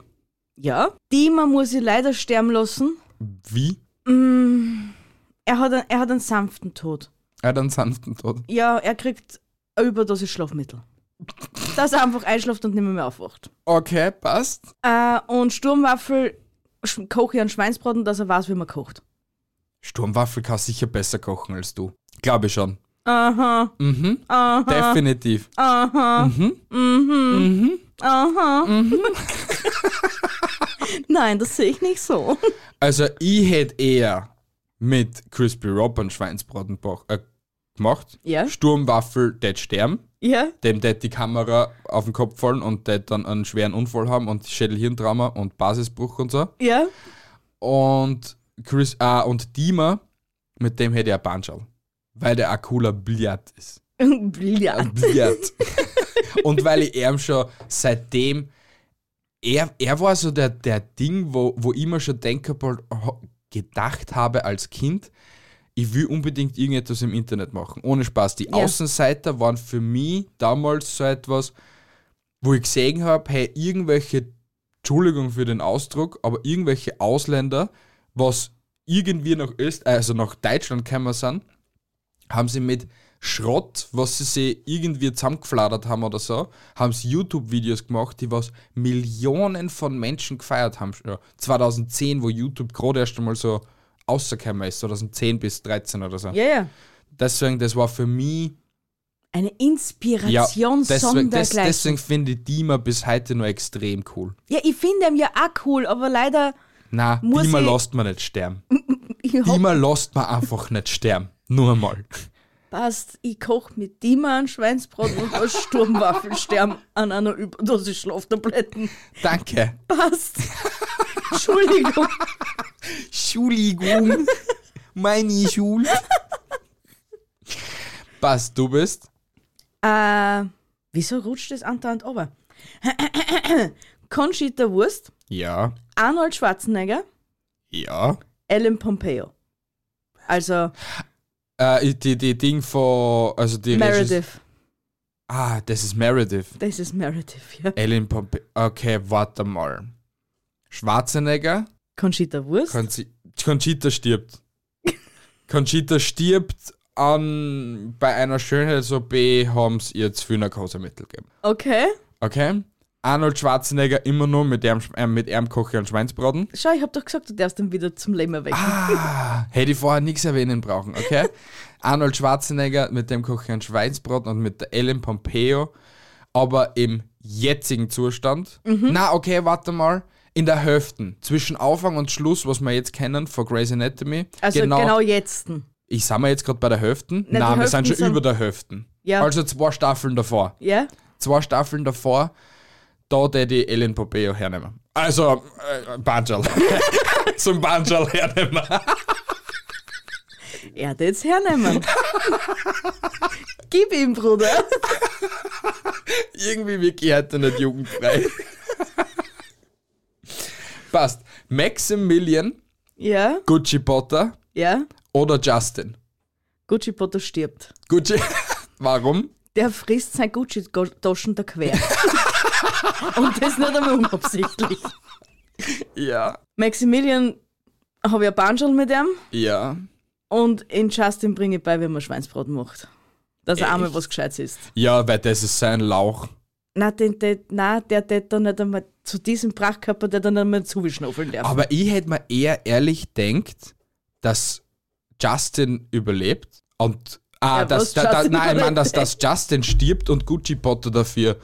[SPEAKER 2] Ja. Dima muss ich leider sterben lassen. Mm,
[SPEAKER 1] Wie?
[SPEAKER 2] Er hat, ein, er hat einen sanften Tod.
[SPEAKER 1] Er hat einen sanften Tod.
[SPEAKER 2] Ja, er kriegt eine Überdosis Schlafmittel. Dass er einfach einschläft und nicht mehr aufwacht.
[SPEAKER 1] Okay, passt.
[SPEAKER 2] Äh, und Sturmwaffel sch koche ich einen Schweinsbraten, dass er weiß, wie man kocht.
[SPEAKER 1] Sturmwaffel kann sicher besser kochen als du. Glaube ich schon. Mhm.
[SPEAKER 2] Aha,
[SPEAKER 1] Definitiv.
[SPEAKER 2] aha, Mhm. aha. Nein, das sehe ich nicht so.
[SPEAKER 1] Also ich hätte eher mit Crispy Rob einen Schweinsbraten bach- äh, gemacht.
[SPEAKER 2] Ja.
[SPEAKER 1] Sturmwaffel, det sterben.
[SPEAKER 2] Ja,
[SPEAKER 1] Dem det die Kamera auf den Kopf fallen und det dann einen schweren Unfall haben und Schädelhirntrauma und Basisbruch und so.
[SPEAKER 2] ja.
[SPEAKER 1] Und Chris, äh, und Dima, mit dem hätte ich ein Banschal. Weil der ein cooler Billard ist.
[SPEAKER 2] ja.
[SPEAKER 1] Ein Billard. und weil ich ihm schon seitdem, er, er war so der, der Ding, wo, wo ich mir schon denke, gedacht habe als Kind, ich will unbedingt irgendetwas im Internet machen. Ohne Spaß. Die Außenseiter waren für mich damals so etwas, wo ich gesehen habe, hey, irgendwelche, Entschuldigung für den Ausdruck, aber irgendwelche Ausländer, was irgendwie nach Öst, also nach Deutschland gekommen sind, haben sie mit Schrott, was sie sich irgendwie zusammengefladert haben oder so, haben sie YouTube-Videos gemacht, die was Millionen von Menschen gefeiert haben. Ja, 2010, wo YouTube gerade erst einmal so rausgekommen ist, 2010 bis 13 oder so.
[SPEAKER 2] Ja, ja.
[SPEAKER 1] Deswegen, das war für mich
[SPEAKER 2] Eine
[SPEAKER 1] deswegen,
[SPEAKER 2] Inspiration
[SPEAKER 1] des,
[SPEAKER 2] sondergleichen.
[SPEAKER 1] deswegen finde ich Dima bis heute noch extrem cool.
[SPEAKER 2] Ja, ich finde ihn ja auch cool, aber leider.
[SPEAKER 1] Na,
[SPEAKER 2] Muss
[SPEAKER 1] Dima
[SPEAKER 2] ich-
[SPEAKER 1] lässt man nicht sterben.
[SPEAKER 2] Ich hab
[SPEAKER 1] Dima lässt man einfach nicht sterben. Nur einmal.
[SPEAKER 2] passt, ich koche mit Dima einen Schweinsbraten und als Sturmwaffel sterben an einer Überdosis Schlaftabletten.
[SPEAKER 1] Danke.
[SPEAKER 2] Passt. Entschuldigung.
[SPEAKER 1] Entschuldigung. Meine Schuld. Passt, du bist?
[SPEAKER 2] Äh, wieso rutscht das andauernd runter? Conchita Wurst,
[SPEAKER 1] Ja.
[SPEAKER 2] Arnold Schwarzenegger,
[SPEAKER 1] Ja.
[SPEAKER 2] Ellen Pompeo. Also
[SPEAKER 1] Äh, die, die Ding von. Also die Regis-
[SPEAKER 2] Meredith.
[SPEAKER 1] Ah, das ist Meredith.
[SPEAKER 2] Das ist Meredith, ja.
[SPEAKER 1] Ellen Pompe. Okay, warte mal. Schwarzenegger.
[SPEAKER 2] Conchita Wurst.
[SPEAKER 1] Conchi Conchita stirbt. Conchita stirbt an, bei einer Schönheits-OP haben sie ihr zu viel Narkosemittel gegeben.
[SPEAKER 2] Okay.
[SPEAKER 1] Okay? Arnold Schwarzenegger immer nur mit ihrem, äh, mit ihrem Kocher und Schweinsbraten.
[SPEAKER 2] Schau, ich hab doch gesagt, du darfst ihn wieder zum Leben erwecken. Ah.
[SPEAKER 1] Hätte ich vorher nichts erwähnen brauchen, okay? Arnold Schwarzenegger mit dem Kocher und Schweinsbraten und mit der Ellen
[SPEAKER 2] Mhm.
[SPEAKER 1] Pompeo, aber im jetzigen Zustand. Na, okay, warte mal. in der Hälfte zwischen Anfang und Schluss, was wir jetzt kennen von Grey's Anatomy.
[SPEAKER 2] Also genau, jetzt.
[SPEAKER 1] Ich sag mal jetzt gerade bei der Hälfte.
[SPEAKER 2] die
[SPEAKER 1] Nein, wir
[SPEAKER 2] Hälften
[SPEAKER 1] sind schon
[SPEAKER 2] sind-
[SPEAKER 1] über der Hälfte.
[SPEAKER 2] Ja.
[SPEAKER 1] Also zwei Staffeln davor.
[SPEAKER 2] Ja?
[SPEAKER 1] Zwei Staffeln davor, da der die Ellen Pompeo hernehmen. Also, äh, Banjal. Zum Banjal hernehmen.
[SPEAKER 2] Er hat jetzt hernehmen. Gib ihm, Bruder.
[SPEAKER 1] Irgendwie wirklich heute nicht jugendfrei. Passt. Maximilian,
[SPEAKER 2] Ja,
[SPEAKER 1] Gucci Potter
[SPEAKER 2] ja.
[SPEAKER 1] oder Justin?
[SPEAKER 2] Gucci Potter stirbt.
[SPEAKER 1] Gucci. Warum?
[SPEAKER 2] Der frisst sein Gucci-Taschen da quer. Und das nicht einmal unabsichtlich.
[SPEAKER 1] Ja.
[SPEAKER 2] Maximilian habe ich ein Banschel mit ihm
[SPEAKER 1] Ja.
[SPEAKER 2] und in Justin bringe ich bei, wenn man Schweinsbrot macht. Dass er
[SPEAKER 1] Echt?
[SPEAKER 2] einmal was Gescheites isst.
[SPEAKER 1] Ja, weil das ist sein Lauch.
[SPEAKER 2] Na, den, den, nein, der tät da nicht einmal zu diesem Prachtkörper, der dann nicht einmal zuschnuffeln darf.
[SPEAKER 1] Aber ich hätte mir eher ehrlich denkt, dass Justin überlebt und ah,
[SPEAKER 2] Ja,
[SPEAKER 1] dass
[SPEAKER 2] was,
[SPEAKER 1] da, da,
[SPEAKER 2] Justin
[SPEAKER 1] nein, ich meine,
[SPEAKER 2] überlebt?
[SPEAKER 1] dass, dass Justin stirbt und Gucci Potter dafür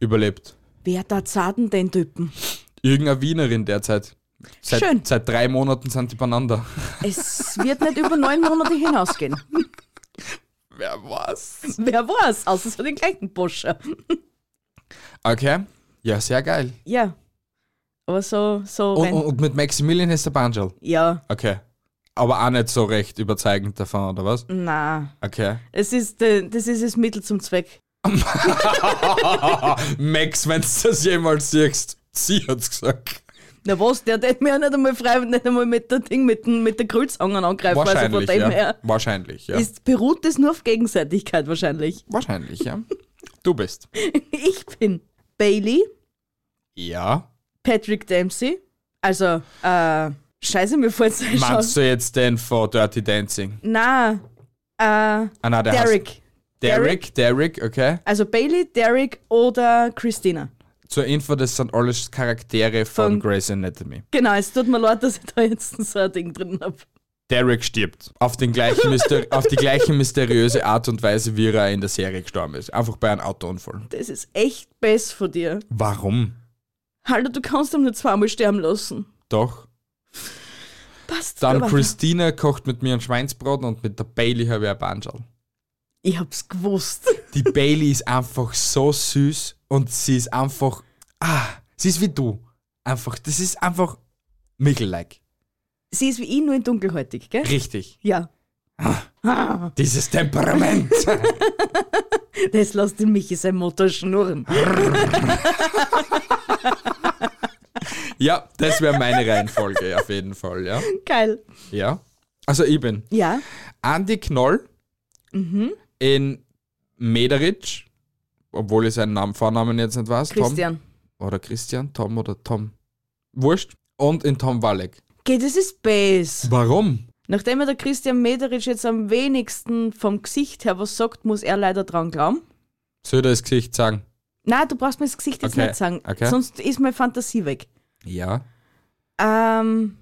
[SPEAKER 1] überlebt.
[SPEAKER 2] Wer da zaden den Typen?
[SPEAKER 1] Irgendeine Wienerin derzeit. Seit,
[SPEAKER 2] Schön.
[SPEAKER 1] Seit drei Monaten sind die beieinander.
[SPEAKER 2] Es wird nicht über neun Monate hinausgehen.
[SPEAKER 1] Wer was?
[SPEAKER 2] Wer weiß, außer so den kleinen Boscher.
[SPEAKER 1] Okay. Ja, sehr geil.
[SPEAKER 2] Ja. Aber so, so
[SPEAKER 1] Und,
[SPEAKER 2] rein.
[SPEAKER 1] und, und mit Maximilian ist der Banjal.
[SPEAKER 2] Ja,
[SPEAKER 1] Okay. Aber auch nicht so recht überzeugend davon, oder was?
[SPEAKER 2] na.
[SPEAKER 1] Okay.
[SPEAKER 2] Es ist, äh, das ist das Mittel zum Zweck.
[SPEAKER 1] Max, wenn du das jemals siehst, sie hat's gesagt.
[SPEAKER 2] Na was, der tät mir ja nicht einmal frei, nicht einmal mit der Ding, mit, den- mit der Kreuzzangen angreifen. also von
[SPEAKER 1] Wahrscheinlich,
[SPEAKER 2] dem
[SPEAKER 1] ja.
[SPEAKER 2] her
[SPEAKER 1] Wahrscheinlich, ja.
[SPEAKER 2] ist, beruht das nur auf Gegenseitigkeit wahrscheinlich.
[SPEAKER 1] Wahrscheinlich, ja. Du bist.
[SPEAKER 2] Ich bin Bailey,
[SPEAKER 1] Ja.
[SPEAKER 2] Patrick Dempsey, also, äh, scheiße, mir fällt sein
[SPEAKER 1] Meinst du jetzt den von Dirty Dancing?
[SPEAKER 2] Na, äh,
[SPEAKER 1] Ah, nein, der heißt
[SPEAKER 2] Derek.
[SPEAKER 1] Derek, Derek, okay.
[SPEAKER 2] Also Bailey, Derek oder Christina.
[SPEAKER 1] Zur Info, das sind alles Charaktere von,
[SPEAKER 2] Von-
[SPEAKER 1] Grey's Anatomy.
[SPEAKER 2] Genau, es tut mir leid, dass ich da jetzt so ein Ding drin habe.
[SPEAKER 1] Derek stirbt. Auf, den gleichen Myster auf die gleiche mysteriöse Art und Weise, wie er in der Serie gestorben ist. Einfach bei einem Autounfall.
[SPEAKER 2] Das ist echt best von dir.
[SPEAKER 1] Warum?
[SPEAKER 2] Hallo, du kannst ihn nicht zweimal sterben lassen.
[SPEAKER 1] Doch.
[SPEAKER 2] Passt.
[SPEAKER 1] Dann
[SPEAKER 2] Aber-
[SPEAKER 1] Christina kocht mit mir ein Schweinsbraten und mit der Bailey habe ich ein Banjal.
[SPEAKER 2] Ich hab's gewusst.
[SPEAKER 1] Die Bailey ist einfach so süß und sie ist einfach. Ah, sie ist wie du. Einfach, das ist einfach Michel-like.
[SPEAKER 2] Sie ist wie ich, nur in dunkelhäutig, gell?
[SPEAKER 1] Richtig.
[SPEAKER 2] Ja.
[SPEAKER 1] Dieses Temperament.
[SPEAKER 2] Das lässt den Michi sein Motor schnurren.
[SPEAKER 1] ja, das wäre meine Reihenfolge auf jeden Fall, ja.
[SPEAKER 2] Geil.
[SPEAKER 1] Ja. Also ich bin
[SPEAKER 2] Ja.
[SPEAKER 1] Andy Knoll Mhm. in Mederitsch, obwohl ich seinen Namen, Vornamen jetzt nicht weiß.
[SPEAKER 2] Christian.
[SPEAKER 1] Tom oder Christian, Tom oder Tom. Wurscht. Und in Tom Walleck.
[SPEAKER 2] Okay, das ist best.
[SPEAKER 1] Warum?
[SPEAKER 2] Nachdem mir der Christian Mederitsch jetzt am wenigsten vom Gesicht her was sagt, muss er leider dran glauben.
[SPEAKER 1] Soll ich das Gesicht sagen?
[SPEAKER 2] Nein, du brauchst mir das Gesicht jetzt
[SPEAKER 1] Okay,
[SPEAKER 2] nicht sagen,
[SPEAKER 1] okay.
[SPEAKER 2] sonst ist meine Fantasie weg.
[SPEAKER 1] Ja.
[SPEAKER 2] Ähm,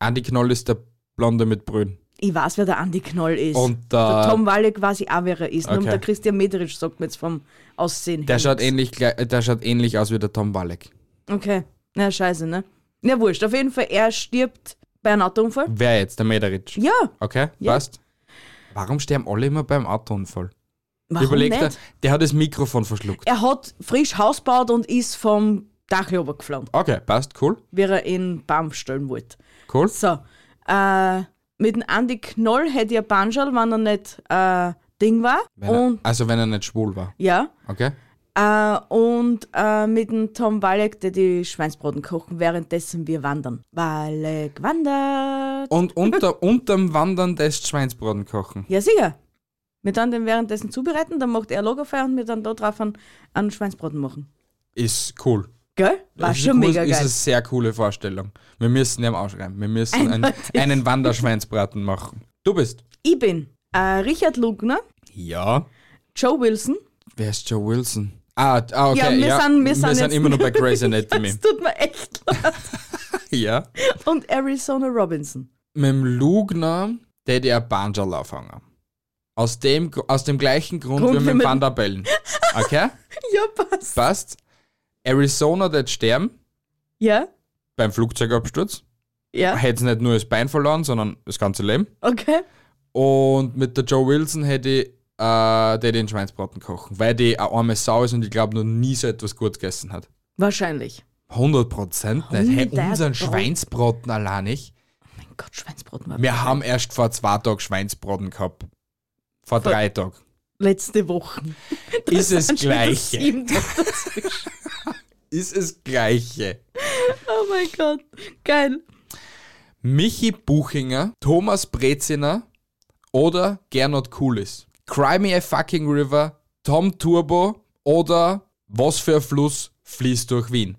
[SPEAKER 1] Andi Knoll ist der Blonde mit Brün.
[SPEAKER 2] ich weiß, wer der Andi Knoll ist.
[SPEAKER 1] Und
[SPEAKER 2] der
[SPEAKER 1] der,
[SPEAKER 2] Tom Walle quasi auch, wer er ist. Nur
[SPEAKER 1] Okay.
[SPEAKER 2] der Christian Mederitsch sagt mir jetzt vom Aussehen
[SPEAKER 1] der,
[SPEAKER 2] her
[SPEAKER 1] schaut
[SPEAKER 2] nichts.
[SPEAKER 1] ähnlich, gleich- der schaut ähnlich aus wie der Tom Walleck.
[SPEAKER 2] Okay, na scheiße, ne? Na wurscht, auf jeden Fall, er stirbt bei einem Autounfall.
[SPEAKER 1] Wer jetzt? Der Mederitsch.
[SPEAKER 2] Ja,
[SPEAKER 1] Okay,
[SPEAKER 2] Ja.
[SPEAKER 1] passt. Warum sterben alle immer beim Autounfall?
[SPEAKER 2] warum
[SPEAKER 1] Überleg dir,
[SPEAKER 2] nicht?
[SPEAKER 1] der hat das Mikrofon verschluckt.
[SPEAKER 2] Er hat frisch Haus gebaut und ist vom Dach runtergeflogen,
[SPEAKER 1] Okay, passt, cool,
[SPEAKER 2] wie er in Baum stellen wollte.
[SPEAKER 1] cool.
[SPEAKER 2] So, äh, mit dem Andi Knoll hätte ich ein Banschal, wenn er nicht äh, Ding war.
[SPEAKER 1] Wenn
[SPEAKER 2] und
[SPEAKER 1] er, also wenn er nicht schwul war,
[SPEAKER 2] ja.
[SPEAKER 1] okay?
[SPEAKER 2] Äh, und äh, mit dem Tom Walleck, der die Schweinsbraten kochen, währenddessen wir wandern. Walleck wandert.
[SPEAKER 1] Und unter, unterm Wandern des Schweinsbraten kochen.
[SPEAKER 2] Ja, sicher. Wir dann den währenddessen zubereiten, dann macht er Lagerfeuer und wir dann da drauf einen, einen Schweinsbraten machen.
[SPEAKER 1] Ist cool.
[SPEAKER 2] Gell? War
[SPEAKER 1] ist
[SPEAKER 2] schon
[SPEAKER 1] cool,
[SPEAKER 2] mega
[SPEAKER 1] Ist
[SPEAKER 2] geil.
[SPEAKER 1] eine sehr coole Vorstellung. Wir müssen dem ausschreiben. Wir müssen einen, einen Wanderschweinsbraten machen. Du bist.
[SPEAKER 2] Ich bin äh, Richard Lugner,
[SPEAKER 1] Ja.
[SPEAKER 2] Joe Wilson.
[SPEAKER 1] Wer ist Joe Wilson? Ah, ah okay.
[SPEAKER 2] Ja, wir sind- wir sind jetzt-
[SPEAKER 1] immer noch bei Grey's Anatomy.
[SPEAKER 2] Das tut mir echt leid.
[SPEAKER 1] ja.
[SPEAKER 2] Und Arizona Robinson.
[SPEAKER 1] Mit dem Lugner hätte ich ein Banjal anfangen. Aus dem, Gr- aus dem gleichen Grund,
[SPEAKER 2] Grund
[SPEAKER 1] wie
[SPEAKER 2] wie
[SPEAKER 1] mit dem
[SPEAKER 2] mit-
[SPEAKER 1] Van der Bellen. Okay?
[SPEAKER 2] Ja, passt.
[SPEAKER 1] Passt. Arizona, das sterben.
[SPEAKER 2] Ja?
[SPEAKER 1] beim Flugzeugabsturz.
[SPEAKER 2] Ja,
[SPEAKER 1] Hätte nicht nur das Bein verloren, sondern das ganze Leben.
[SPEAKER 2] okay.
[SPEAKER 1] Und mit der Joe Wilson hätte ich, äh, der den Schweinsbraten kochen, weil die eine arme Sau ist und ich glaube noch nie so etwas gut gegessen hat.
[SPEAKER 2] Wahrscheinlich.
[SPEAKER 1] 100 Prozent nicht. Hey,
[SPEAKER 2] 100%.
[SPEAKER 1] unseren Schweinsbraten allein nicht.
[SPEAKER 2] Mein Gott, Schweinsbraten war
[SPEAKER 1] Wir haben erst vor zwei Tagen Schweinsbraten gehabt. Vor drei Tagen.
[SPEAKER 2] letzte Woche.
[SPEAKER 1] Ist es
[SPEAKER 2] Dann steht das
[SPEAKER 1] gleiche.
[SPEAKER 2] sieben Tage dazwischen.
[SPEAKER 1] Ist es gleiche.
[SPEAKER 2] oh mein Gott. Geil.
[SPEAKER 1] Michi Buchinger, Thomas Breziner oder Gernot Kulis. Cry me a fucking river, Tom Turbo oder was für ein Fluss fließt durch Wien.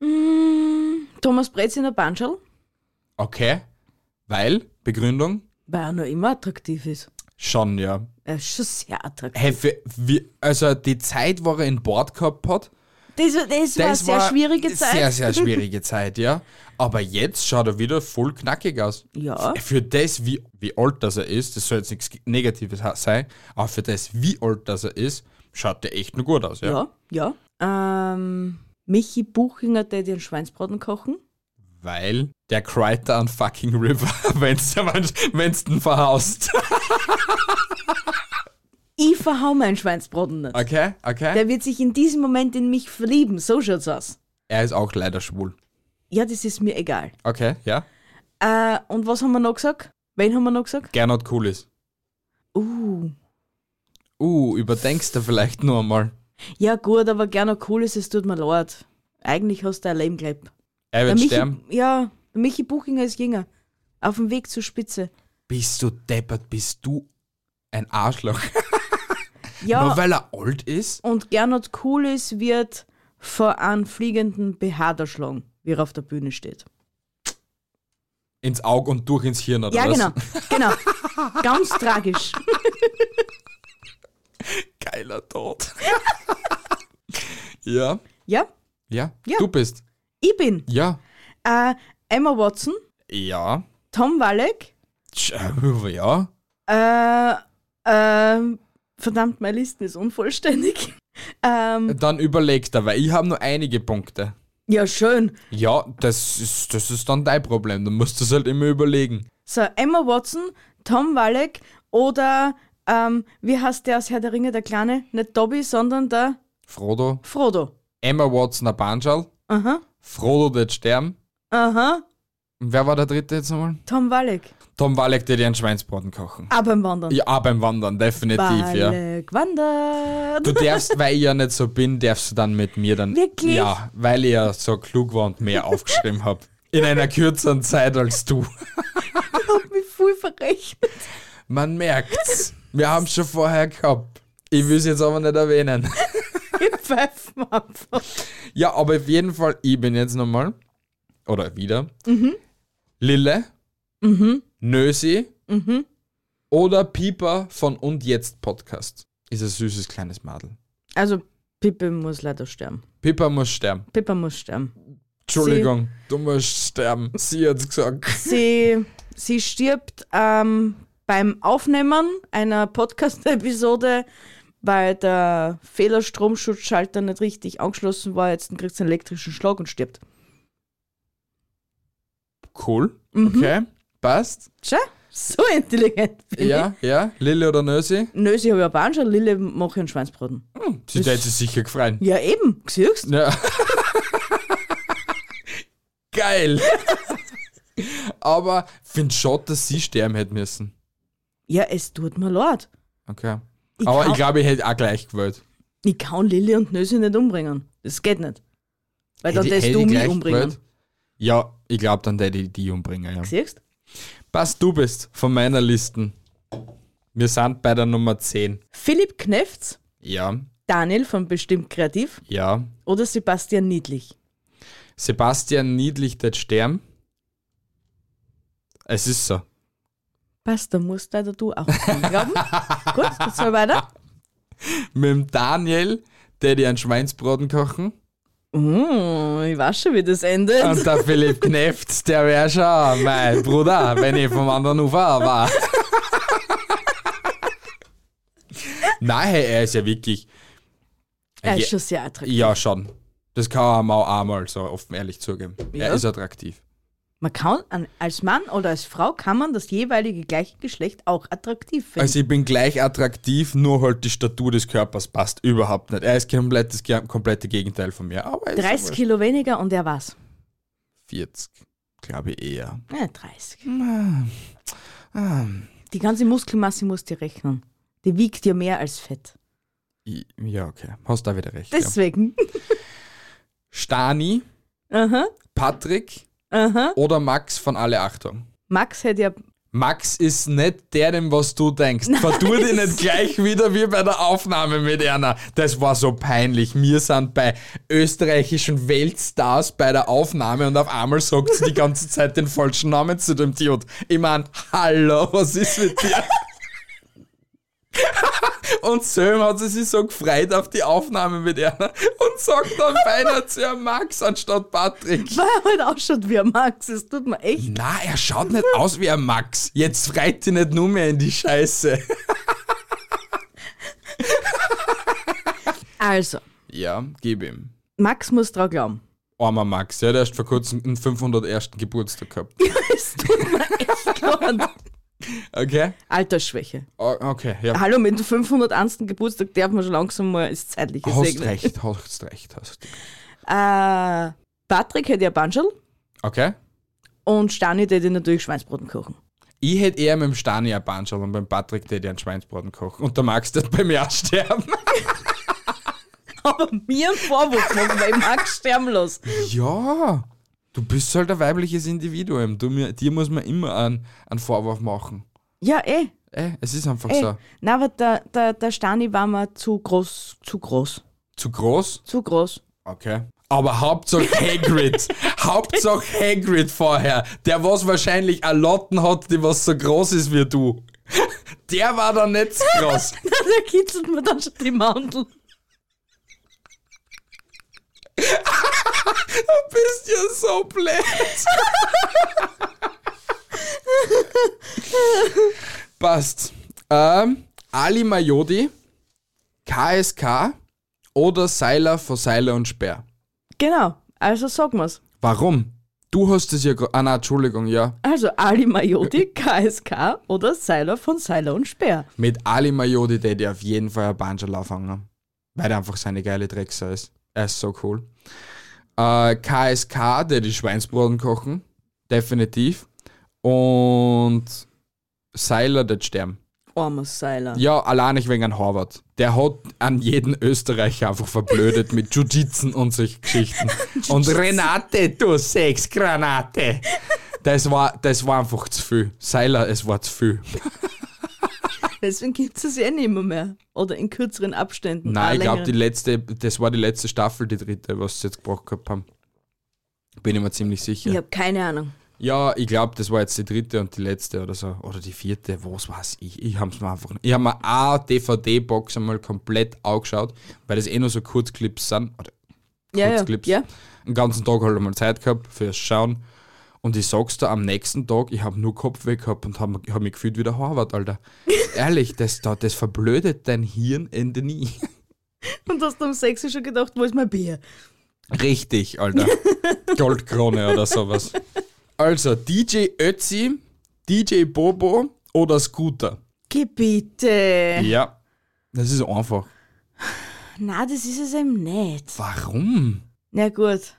[SPEAKER 2] Mm, Thomas Brez in der Banschel,
[SPEAKER 1] Okay? Weil, Begründung,
[SPEAKER 2] weil er noch immer attraktiv ist.
[SPEAKER 1] schon ja.
[SPEAKER 2] Er ist Äh, schon sehr attraktiv.
[SPEAKER 1] Hey, für, wie, also die Zeit, wo er in Bord gehabt hat,
[SPEAKER 2] Das, das, war eine
[SPEAKER 1] das
[SPEAKER 2] sehr
[SPEAKER 1] war
[SPEAKER 2] schwierige Zeit.
[SPEAKER 1] Sehr, sehr schwierige Zeit, ja. Aber jetzt schaut er wieder voll knackig aus.
[SPEAKER 2] Ja.
[SPEAKER 1] F- Für das, wie, wie alt das er ist, das soll jetzt nichts Negatives ha- sein, aber für das, wie alt das er ist, schaut er echt nur gut aus, ja.
[SPEAKER 2] Ja, ja. Ähm, Michi Buchinger, der den Schweinsbraten kochen.
[SPEAKER 1] Weil der cried da an fucking River, wenn's, wenn's den verhaust.
[SPEAKER 2] Ich verhau meinen Schweinsbraten nicht.
[SPEAKER 1] Okay, okay.
[SPEAKER 2] Der wird sich in diesem Moment in mich verlieben. So schaut's aus.
[SPEAKER 1] er ist auch leider schwul.
[SPEAKER 2] Ja, das ist mir egal.
[SPEAKER 1] Okay, ja.
[SPEAKER 2] Äh, und was haben wir noch gesagt? Wen haben wir noch gesagt?
[SPEAKER 1] Gernot Kulis.
[SPEAKER 2] Uh.
[SPEAKER 1] Uh, überdenkst du vielleicht nur einmal.
[SPEAKER 2] Ja, gut, aber gerne cool ist, es tut mir leid. Eigentlich hast du ein Leben gelebt.
[SPEAKER 1] Er
[SPEAKER 2] Der
[SPEAKER 1] wird sterben.
[SPEAKER 2] Michi, ja, der Michi Buchinger ist jünger. Auf dem Weg zur Spitze.
[SPEAKER 1] Bist du deppert, bist du ein Arschloch. Nur
[SPEAKER 2] Ja,
[SPEAKER 1] weil er alt ist?
[SPEAKER 2] und Gernot Kulis wird vor einem fliegenden BH erschlagen, wie er auf der Bühne steht.
[SPEAKER 1] Ins Auge und durch ins Hirn, oder
[SPEAKER 2] Ja,
[SPEAKER 1] was?
[SPEAKER 2] genau, genau. Ganz tragisch.
[SPEAKER 1] Geiler Tod. ja,
[SPEAKER 2] Ja,
[SPEAKER 1] ja,
[SPEAKER 2] Ja.
[SPEAKER 1] Du bist.
[SPEAKER 2] ich bin
[SPEAKER 1] Ja.
[SPEAKER 2] äh, Emma Watson,
[SPEAKER 1] Ja.
[SPEAKER 2] Tom Walleck,
[SPEAKER 1] Tsch, äh, Ja.
[SPEAKER 2] äh, ähm, verdammt, meine Liste ist unvollständig. Ähm,
[SPEAKER 1] Dann überleg da, weil ich habe nur einige Punkte.
[SPEAKER 2] ja, schön.
[SPEAKER 1] Ja, das ist, das ist dann dein Problem. Du musst das halt immer überlegen.
[SPEAKER 2] So, Emma Watson, Tom Walleck oder, ähm, wie heißt der aus Herr der Ringe, der Kleine? Nicht Dobby, sondern der
[SPEAKER 1] Frodo,
[SPEAKER 2] Frodo.
[SPEAKER 1] Emma Watson, der Banschal,
[SPEAKER 2] Aha,
[SPEAKER 1] Frodo wird sterben.
[SPEAKER 2] aha,
[SPEAKER 1] Und wer war der dritte jetzt nochmal?
[SPEAKER 2] Tom Walleck.
[SPEAKER 1] Tom Walleck, der dir einen Schweinsbraten kochen.
[SPEAKER 2] Aber beim Wandern.
[SPEAKER 1] Ja, auch beim Wandern, definitiv, ja.
[SPEAKER 2] Walleck wandert.
[SPEAKER 1] Du darfst, weil ich ja nicht so bin, darfst du dann mit mir dann.
[SPEAKER 2] Wirklich?
[SPEAKER 1] Ja, weil ich ja so klug war und mehr aufgeschrieben habe. In einer kürzeren Zeit als du.
[SPEAKER 2] Wie viel verrechnet.
[SPEAKER 1] Man merkt's. Wir haben schon vorher gehabt. Ich will es jetzt aber nicht erwähnen.
[SPEAKER 2] Wir pfeifen einfach.
[SPEAKER 1] Ja, aber auf jeden Fall, ich bin jetzt nochmal. Oder wieder. Lille. Nösi. Oder Pieper von Und Jetzt Podcast. Ist ein süßes kleines Madel.
[SPEAKER 2] Also, Pippe muss leider sterben.
[SPEAKER 1] Pippa muss sterben.
[SPEAKER 2] Pippa muss sterben.
[SPEAKER 1] Entschuldigung, du musst sterben. Sie hat's gesagt.
[SPEAKER 2] Sie, sie stirbt ähm, beim Aufnehmen einer Podcast-Episode, weil der Fehlerstromschutzschalter nicht richtig angeschlossen war. Jetzt kriegt sie einen elektrischen Schlag und stirbt.
[SPEAKER 1] Cool.
[SPEAKER 2] Mhm.
[SPEAKER 1] Okay. Passt.
[SPEAKER 2] Schau, so intelligent bin ich.
[SPEAKER 1] Ja, ja. Lille oder Nösi?
[SPEAKER 2] Nö, sie habe ich aber anschauen. Lille mache ich einen Schweinsbraten.
[SPEAKER 1] Sie
[SPEAKER 2] Das-
[SPEAKER 1] hätte sich sicher gefreut.
[SPEAKER 2] Ja, eben. Siehst
[SPEAKER 1] Ja. Geil. Aber find schon, dass sie sterben hätte müssen.
[SPEAKER 2] Ja, es tut mir leid.
[SPEAKER 1] Okay.
[SPEAKER 2] Ich
[SPEAKER 1] Aber
[SPEAKER 2] kann-
[SPEAKER 1] ich glaube, ich hätte auch gleich gewählt.
[SPEAKER 2] Ich kann Lille und Nösi nicht umbringen. Das geht nicht. Weil dann
[SPEAKER 1] Hätte-
[SPEAKER 2] lässt
[SPEAKER 1] hätte
[SPEAKER 2] du
[SPEAKER 1] ich
[SPEAKER 2] mich
[SPEAKER 1] gleich
[SPEAKER 2] umbringen.
[SPEAKER 1] gewählt. Ja, ich glaube, dann hätte ich die umbringen. Ja.
[SPEAKER 2] Siehst
[SPEAKER 1] Passt, du bist von meiner Listen. Wir sind bei der Nummer 10.
[SPEAKER 2] Philipp Knefts,
[SPEAKER 1] Ja,
[SPEAKER 2] Daniel von Bestimmt Kreativ
[SPEAKER 1] ja.
[SPEAKER 2] oder Sebastian Niedlich.
[SPEAKER 1] Sebastian Niedlich der Stern. Es ist so.
[SPEAKER 2] Passt, da musst leider du auch dran glauben. Gut, jetzt soll weiter.
[SPEAKER 1] Mit dem Daniel, der die einen Schweinsbraten kochen.
[SPEAKER 2] Mm, ich weiß schon, wie das endet.
[SPEAKER 1] Und der Philipp Kneft, der wäre schon mein Bruder, wenn ich vom anderen Ufer war. Nein, hey, er ist ja wirklich.
[SPEAKER 2] er
[SPEAKER 1] Ja-
[SPEAKER 2] ist schon sehr attraktiv.
[SPEAKER 1] Ja, schon. Das kann man auch einmal so offen ehrlich zugeben.
[SPEAKER 2] Ja.
[SPEAKER 1] Er ist attraktiv.
[SPEAKER 2] Man kann an- als Mann oder als Frau kann man das jeweilige gleiche Geschlecht auch attraktiv finden.
[SPEAKER 1] Also ich bin gleich attraktiv, nur halt die Statur des Körpers passt überhaupt nicht. Er ist komplett das ge- komplette Gegenteil von mir. Aber er ist
[SPEAKER 2] 30
[SPEAKER 1] aber
[SPEAKER 2] Kilo weniger und er war's.
[SPEAKER 1] 40, glaube ich eher.
[SPEAKER 2] Ja, 30.
[SPEAKER 1] Ah,
[SPEAKER 2] Die ganze Muskelmasse musst du rechnen. Die wiegt ja mehr als Fett.
[SPEAKER 1] i- Ja, okay. Hast da wieder recht. Ja.
[SPEAKER 2] Deswegen.
[SPEAKER 1] Stani,
[SPEAKER 2] Aha,
[SPEAKER 1] Patrick
[SPEAKER 2] aha.
[SPEAKER 1] oder Max von Alle Achtung.
[SPEAKER 2] Max hätte ja.
[SPEAKER 1] Max ist nicht der, dem was du denkst. Vertur dich nicht gleich wieder wie bei der Aufnahme mit Erna. Das war so peinlich. Wir sind bei österreichischen Weltstars bei der Aufnahme und auf einmal sagt sie die ganze Zeit den falschen Namen zu dem Dude. Ich mein, hallo, was ist mit dir? Und Söm hat sie sich so gefreut auf die Aufnahme mit Erna und sagt dann beinahe zu ihr Max anstatt Patrick.
[SPEAKER 2] War ja halt auch schon wie ein Max. Es tut mir echt.
[SPEAKER 1] Na, er schaut nicht aus wie ein Max. Jetzt freit ihn nicht nur mehr in die Scheiße.
[SPEAKER 2] Also,
[SPEAKER 1] Ja, gib ihm.
[SPEAKER 2] Max muss dran glauben.
[SPEAKER 1] Armer Max, ja, der hat erst vor kurzem den 501. Geburtstag gehabt.
[SPEAKER 2] Es tut mir echt leid.
[SPEAKER 1] Okay?
[SPEAKER 2] Altersschwäche.
[SPEAKER 1] O- Okay, ja.
[SPEAKER 2] Hallo, mit dem 501. Geburtstag darf man schon langsam mal ins Zeitliche
[SPEAKER 1] Hast
[SPEAKER 2] segnen.
[SPEAKER 1] recht, hast recht, hast recht.
[SPEAKER 2] Äh, Patrick hätte ja Banschel
[SPEAKER 1] Okay?
[SPEAKER 2] und Stani hätte natürlich Schweinsbraten kochen. ich
[SPEAKER 1] Ich hätte eher mit dem Stani ein Banschel und beim Patrick hätte ich einen Schweinsbraten kochen. Und der Max wird bei mir auch sterben.
[SPEAKER 2] Aber mir einen Vorwurf machen, weil ich mag sterben los.
[SPEAKER 1] Ja, du bist halt ein weibliches Individuum. Du, mir, dir muss man immer einen, einen Vorwurf machen.
[SPEAKER 2] Ja, eh.
[SPEAKER 1] Ey, es ist einfach
[SPEAKER 2] eh.
[SPEAKER 1] so.
[SPEAKER 2] Nein, aber der, der, der Stani war mir zu groß, zu groß,
[SPEAKER 1] Zu groß?
[SPEAKER 2] zu groß.
[SPEAKER 1] Okay. Aber Hauptsache Hagrid. Hauptsache Hagrid vorher. Der was wahrscheinlich eine Lotten hat, die was so groß ist wie du. Der war da nicht so groß.
[SPEAKER 2] der kitzelt mir dann schon die Mandel.
[SPEAKER 1] Du bist ja so blöd. Passt. Ähm, Ali Majodi, KSK oder Seiler vor Seiler und Speer.
[SPEAKER 2] Genau, also sag mal's.
[SPEAKER 1] Warum? Du hast es ja... gro- Ah, nein, Entschuldigung, ja.
[SPEAKER 2] Also Ali Majoti, KSK oder Seiler von Seiler und Speer.
[SPEAKER 1] Mit Ali Majodi, der die auf jeden Fall ein Banjal anfangen. Weil er einfach seine geile Drecksau ist. Er ist so cool. Äh, KSK, der die Schweinsbraten kochen. Definitiv. Und Seiler, der sterben.
[SPEAKER 2] Armes Seiler.
[SPEAKER 1] Ja, allein nicht wegen an Horvath. Der hat an jeden Österreicher einfach verblödet mit Jiu-Jitsu und solchen Geschichten. und Renate, du Sexgranate. Das war, das war einfach zu viel. Seiler, es war zu viel.
[SPEAKER 2] Deswegen gibt's es eh nicht mehr, mehr. Oder in kürzeren Abständen. Ah,
[SPEAKER 1] Nein, ich glaube,
[SPEAKER 2] längeren.
[SPEAKER 1] die letzte, das war die letzte Staffel, die dritte, was sie jetzt gebracht gehabt haben. Bin ich mir ziemlich sicher.
[SPEAKER 2] Ich habe keine Ahnung.
[SPEAKER 1] Ja, ich glaube, das war jetzt die dritte und die letzte oder so. Oder die vierte, was weiß ich. Ich habe mir einfach. Ich habe mir eine DVD-Box einmal komplett angeschaut, weil das eh nur so Kurzclips sind. Oder
[SPEAKER 2] Ja, ja,
[SPEAKER 1] Kurzclips.
[SPEAKER 2] ja.
[SPEAKER 1] Den ganzen Tag halt einmal Zeit gehabt fürs Schauen. Und ich sag's dir, am nächsten Tag, ich habe nur Kopfweh gehabt und habe hab mich gefühlt wie der Harvard, Alter. Ehrlich, das, da- das verblödet dein Hirnende nie.
[SPEAKER 2] Und hast du am Sexy schon gedacht, wo ist mein Bier?
[SPEAKER 1] Richtig, Alter. Goldkrone oder sowas. Also, DJ Ötzi, DJ Bobo oder Scooter?
[SPEAKER 2] Gebiete.
[SPEAKER 1] Ja. Das ist einfach.
[SPEAKER 2] Na, das ist es eben nicht.
[SPEAKER 1] Warum?
[SPEAKER 2] Na gut.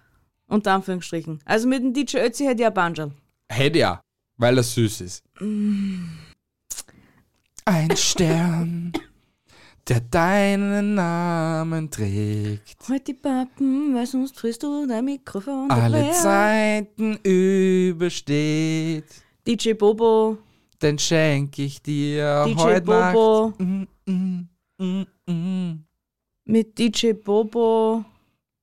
[SPEAKER 2] Unter Anführungsstrichen. Also mit dem DJ Ötzi hätte ich ein Banjo.
[SPEAKER 1] Hätte ja, weil er süß ist. Mm. Ein Stern, der deinen Namen trägt.
[SPEAKER 2] Halt die Pappen, weil sonst frisst du dein Mikrofon.
[SPEAKER 1] Alle
[SPEAKER 2] Ja.
[SPEAKER 1] Zeiten übersteht.
[SPEAKER 2] DJ Bobo,
[SPEAKER 1] Dann schenk ich dir
[SPEAKER 2] DJ
[SPEAKER 1] heute Nacht.
[SPEAKER 2] Bobo.
[SPEAKER 1] Mm.
[SPEAKER 2] Mit DJ Bobo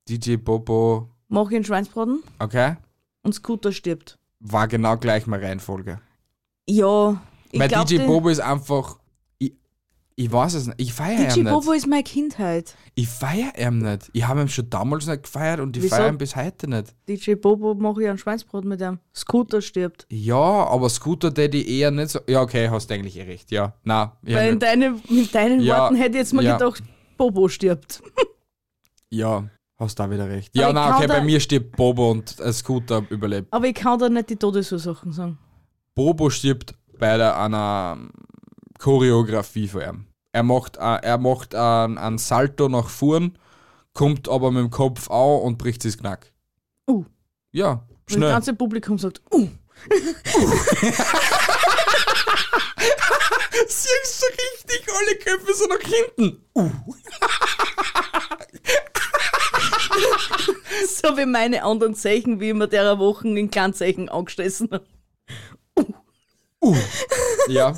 [SPEAKER 1] DJ Bobo,
[SPEAKER 2] mach ich einen Schweinsbraten
[SPEAKER 1] okay?
[SPEAKER 2] und Scooter stirbt.
[SPEAKER 1] War genau gleich meine Reihenfolge.
[SPEAKER 2] Ja. Ich
[SPEAKER 1] Weil
[SPEAKER 2] glaub,
[SPEAKER 1] DJ
[SPEAKER 2] den-
[SPEAKER 1] Bobo ist einfach. Ich, ich weiß es nicht. Ich feiere
[SPEAKER 2] DJ
[SPEAKER 1] ihn
[SPEAKER 2] Bobo
[SPEAKER 1] nicht.
[SPEAKER 2] ist meine Kindheit.
[SPEAKER 1] Ich feiere ihn nicht. Ich habe ihn schon damals nicht gefeiert und ich
[SPEAKER 2] Wieso?
[SPEAKER 1] feiere ihn bis heute nicht.
[SPEAKER 2] DJ Bobo mache ich einen Schweinsbraten mit dem. Scooter stirbt.
[SPEAKER 1] Ja, aber Scooter Daddy eher nicht so. Ja, okay, hast eigentlich eh recht. Ja, na,
[SPEAKER 2] Weil
[SPEAKER 1] ja,
[SPEAKER 2] in, deine, in deinen
[SPEAKER 1] Ja,
[SPEAKER 2] Worten hätte ich jetzt mal
[SPEAKER 1] ja.
[SPEAKER 2] gedacht, Bobo stirbt.
[SPEAKER 1] ja, Hast da wieder recht.
[SPEAKER 2] Aber
[SPEAKER 1] Ja,
[SPEAKER 2] ich
[SPEAKER 1] nein,
[SPEAKER 2] kann
[SPEAKER 1] okay,
[SPEAKER 2] da-
[SPEAKER 1] bei mir steht Bobo und äh, Scooter überlebt.
[SPEAKER 2] Aber ich kann da nicht die Todesursachen sagen.
[SPEAKER 1] Bobo stirbt bei der, einer ähm, Choreografie von ihm. Er macht, äh, er macht einen, einen Salto nach vorn, kommt aber mit dem Kopf auf und bricht sich das Knack.
[SPEAKER 2] Uh.
[SPEAKER 1] Ja,
[SPEAKER 2] Und das
[SPEAKER 1] schnell.
[SPEAKER 2] ganze Publikum sagt, uh,
[SPEAKER 1] Siehst du richtig, alle Köpfe sind nach hinten.
[SPEAKER 2] so wie meine anderen Zeichen, wie ich mir derer Wochen in Kleinzeichen angestessen habe.
[SPEAKER 1] Ja.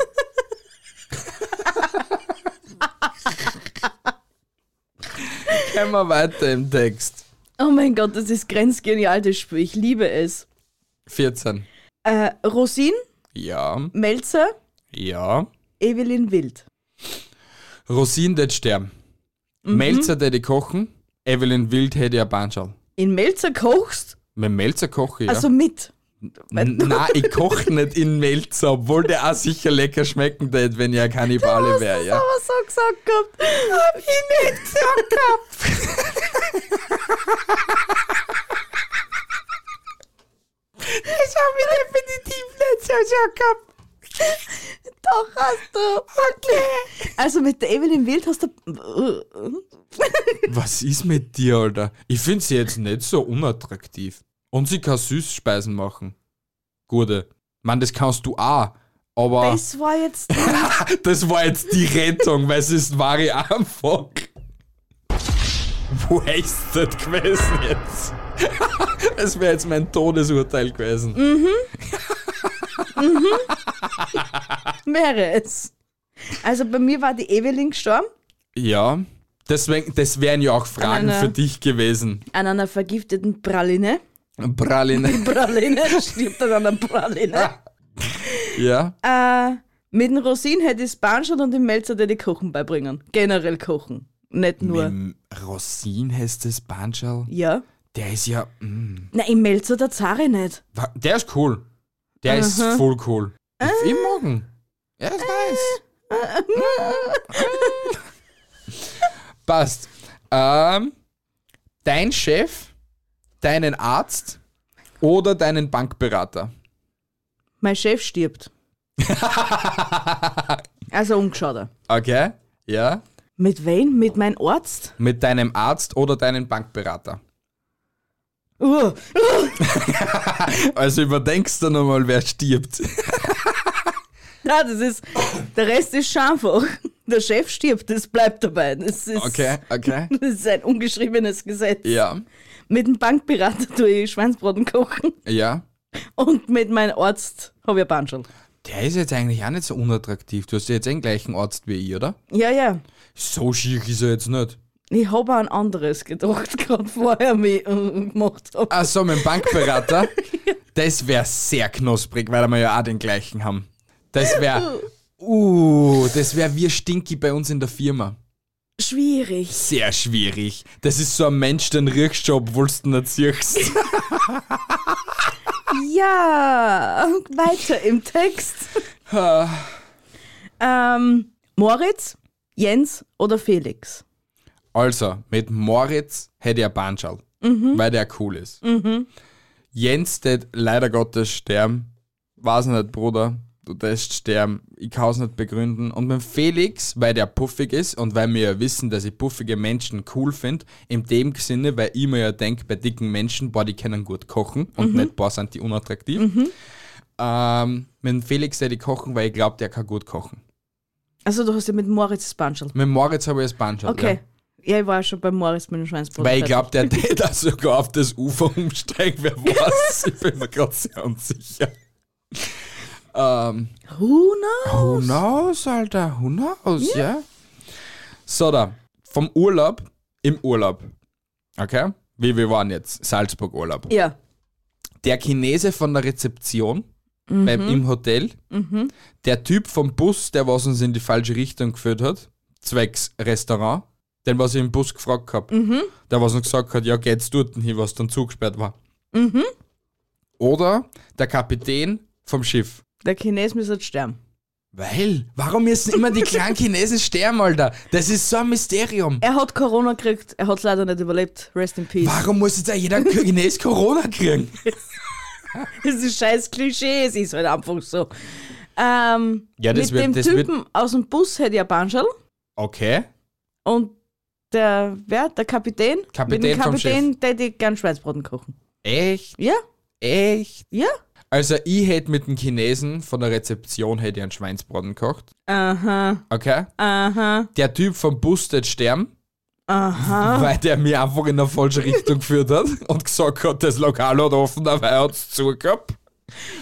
[SPEAKER 1] Gehen wir weiter im Text.
[SPEAKER 2] Oh mein Gott, das ist grenzgenial, das Spiel. Ich liebe es.
[SPEAKER 1] 14.
[SPEAKER 2] Äh, Rosin,
[SPEAKER 1] Ja,
[SPEAKER 2] Melzer,
[SPEAKER 1] ja.
[SPEAKER 2] Evelyn Wild.
[SPEAKER 1] Rosin det sterben. Melzer det kochen. Evelyn Wild hätte ja Banschal.
[SPEAKER 2] In Melzer kochst,
[SPEAKER 1] Mit Melzer koche ich.
[SPEAKER 2] also
[SPEAKER 1] ja.
[SPEAKER 2] mit.
[SPEAKER 1] N- Nein, ich koche nicht in Melzer, obwohl der auch sicher lecker schmecken tät, wenn ich ein Kannibale wäre. Ja.
[SPEAKER 2] Aber so gesagt gehabt. Hab ich nicht gesagt gehabt.
[SPEAKER 1] Ich habe mir definitiv nicht so gehabt.
[SPEAKER 2] Doch hast du. Okay. Also mit der Evelyn Wild hast du.
[SPEAKER 1] Was ist mit dir, Alter? Ich finde sie jetzt nicht so unattraktiv. Und sie kann Süßspeisen machen. Gute. Mann, das kannst du auch. Aber das,
[SPEAKER 2] Das war jetzt.
[SPEAKER 1] war jetzt die Rettung, weil es ist wahre einfach wasted gewesen jetzt. Es wäre jetzt mein Todesurteil gewesen.
[SPEAKER 2] Wäre es. Also bei mir war die Evelyn gestorben
[SPEAKER 1] Ja. Deswegen, das wären ja auch Fragen
[SPEAKER 2] Eine-
[SPEAKER 1] für dich gewesen.
[SPEAKER 2] an einer vergifteten Praline.
[SPEAKER 1] Praline.
[SPEAKER 2] Praline stirbt an einer Praline.
[SPEAKER 1] ja.
[SPEAKER 2] äh, mit den Rosin hätte ich Spanschot und dem Melzer hätte ich Kochen beibringen. Generell kochen. Nicht nur.
[SPEAKER 1] Im Rosin heißt das Banschal.
[SPEAKER 2] Ja.
[SPEAKER 1] Der ist ja. mm.
[SPEAKER 2] Nein, im Melzer der Zare nicht.
[SPEAKER 1] Wa- Der ist cool. Der ist voll cool. Ich, ich mag ihn. Er ist nice. Passt. Ähm, dein Chef, deinen Arzt oder deinen Bankberater?
[SPEAKER 2] Mein Chef stirbt. also umgeschaut. er.
[SPEAKER 1] Okay? Ja?
[SPEAKER 2] Mit wem? Mit meinem Arzt?
[SPEAKER 1] Mit deinem Arzt oder deinen Bankberater?
[SPEAKER 2] Uh,
[SPEAKER 1] Also überdenkst du nochmal, wer stirbt.
[SPEAKER 2] na, das ist. Der Rest ist schon einfach. Der Chef stirbt, das bleibt dabei. Das ist,
[SPEAKER 1] Okay, okay.
[SPEAKER 2] das ist ein ungeschriebenes Gesetz.
[SPEAKER 1] Ja,
[SPEAKER 2] Mit dem Bankberater tue ich Schweinsbraten kochen
[SPEAKER 1] ja.
[SPEAKER 2] und mit meinem Arzt habe ich ein Banschel.
[SPEAKER 1] Der ist jetzt eigentlich auch nicht so unattraktiv. Du hast ja jetzt den gleichen Arzt wie ich, oder?
[SPEAKER 2] Ja, ja.
[SPEAKER 1] So schier ist er jetzt nicht.
[SPEAKER 2] Ich habe an anderes gedacht, gerade vorher mich äh, gemacht habe.
[SPEAKER 1] Ach Ah, so, mein Bankberater. Das wäre sehr knusprig, weil wir ja auch den gleichen haben. Das wäre. Uh, das wäre wir Stinky bei uns in der Firma.
[SPEAKER 2] Schwierig.
[SPEAKER 1] Sehr schwierig. Das ist so ein Mensch, den riechst du, obwohl du ihn nicht siehst.
[SPEAKER 2] Ja, weiter im Text.
[SPEAKER 1] Ah,
[SPEAKER 2] Ähm, Moritz, Jens oder Felix?
[SPEAKER 1] Also, mit Moritz hätte er Banschal, weil der cool ist. Jens tät leider Gottes sterben. Weiß nicht, Bruder. Du darfst sterben. Ich kann es nicht begründen. Und mit Felix, weil der puffig ist und weil wir ja wissen, dass ich puffige Menschen cool finde, in dem Sinne, weil ich mir ja denke, bei dicken Menschen, boah, die können gut kochen und nicht, boah, sind die unattraktiv. Ähm, mit Felix hätte ich kochen, weil ich glaube, der kann gut kochen.
[SPEAKER 2] Also du hast ja mit Moritz das Banschel.
[SPEAKER 1] Mit Moritz habe ich das Banschal.
[SPEAKER 2] Okay. Ja. ich war schon bei Moritz mit dem Schweinsbraten.
[SPEAKER 1] Weil ich glaube, der Täter sogar auf das Ufer umsteigen, wer weiß. ich bin mir gerade sehr unsicher. Ähm,
[SPEAKER 2] Who knows?
[SPEAKER 1] who knows, Alter? Who knows, ja? So, da. Vom Urlaub im Urlaub. Okay? Wie wir waren jetzt. Salzburg-Urlaub.
[SPEAKER 2] Ja.
[SPEAKER 1] Der Chinese von der Rezeption beim, im Hotel. Der Typ vom Bus, der was uns in die falsche Richtung geführt hat. Zwecks Restaurant. Den, was ich im Bus gefragt habe. Der, was uns gesagt hat, ja, geht's dort hin, was dann zugesperrt war. Oder der Kapitän vom Schiff.
[SPEAKER 2] Der Chines müsste sterben.
[SPEAKER 1] Weil, warum müssen immer die kleinen Chinesen sterben, Alter? Das ist so ein Mysterium.
[SPEAKER 2] Er hat Corona gekriegt, er hat es leider nicht überlebt. Rest in Peace.
[SPEAKER 1] Warum muss jetzt auch jeder Chines Corona kriegen?
[SPEAKER 2] Das ist scheiß Klischee, es ist halt einfach so. Ähm,
[SPEAKER 1] Ja, das
[SPEAKER 2] mit
[SPEAKER 1] wird-
[SPEAKER 2] dem
[SPEAKER 1] das wird-
[SPEAKER 2] Typen aus dem Bus hätte ich ein Banschel
[SPEAKER 1] Okay.
[SPEAKER 2] und der, wer? Der Kapitän?
[SPEAKER 1] Kapitän
[SPEAKER 2] mit dem
[SPEAKER 1] vom
[SPEAKER 2] Kapitän hätte ich gern Schweinsbraten kochen.
[SPEAKER 1] Echt?
[SPEAKER 2] Ja,
[SPEAKER 1] Echt?
[SPEAKER 2] ja.
[SPEAKER 1] Also, ich hätte mit dem Chinesen von der Rezeption hätte ich einen Schweinsbraten gekocht.
[SPEAKER 2] Aha,
[SPEAKER 1] Okay?
[SPEAKER 2] aha,
[SPEAKER 1] Der Typ vom Bus wird sterben,
[SPEAKER 2] aha.
[SPEAKER 1] weil der mir einfach in der falsche Richtung geführt hat und gesagt hat, das Lokal hat offen, aber er hat es zugehabt.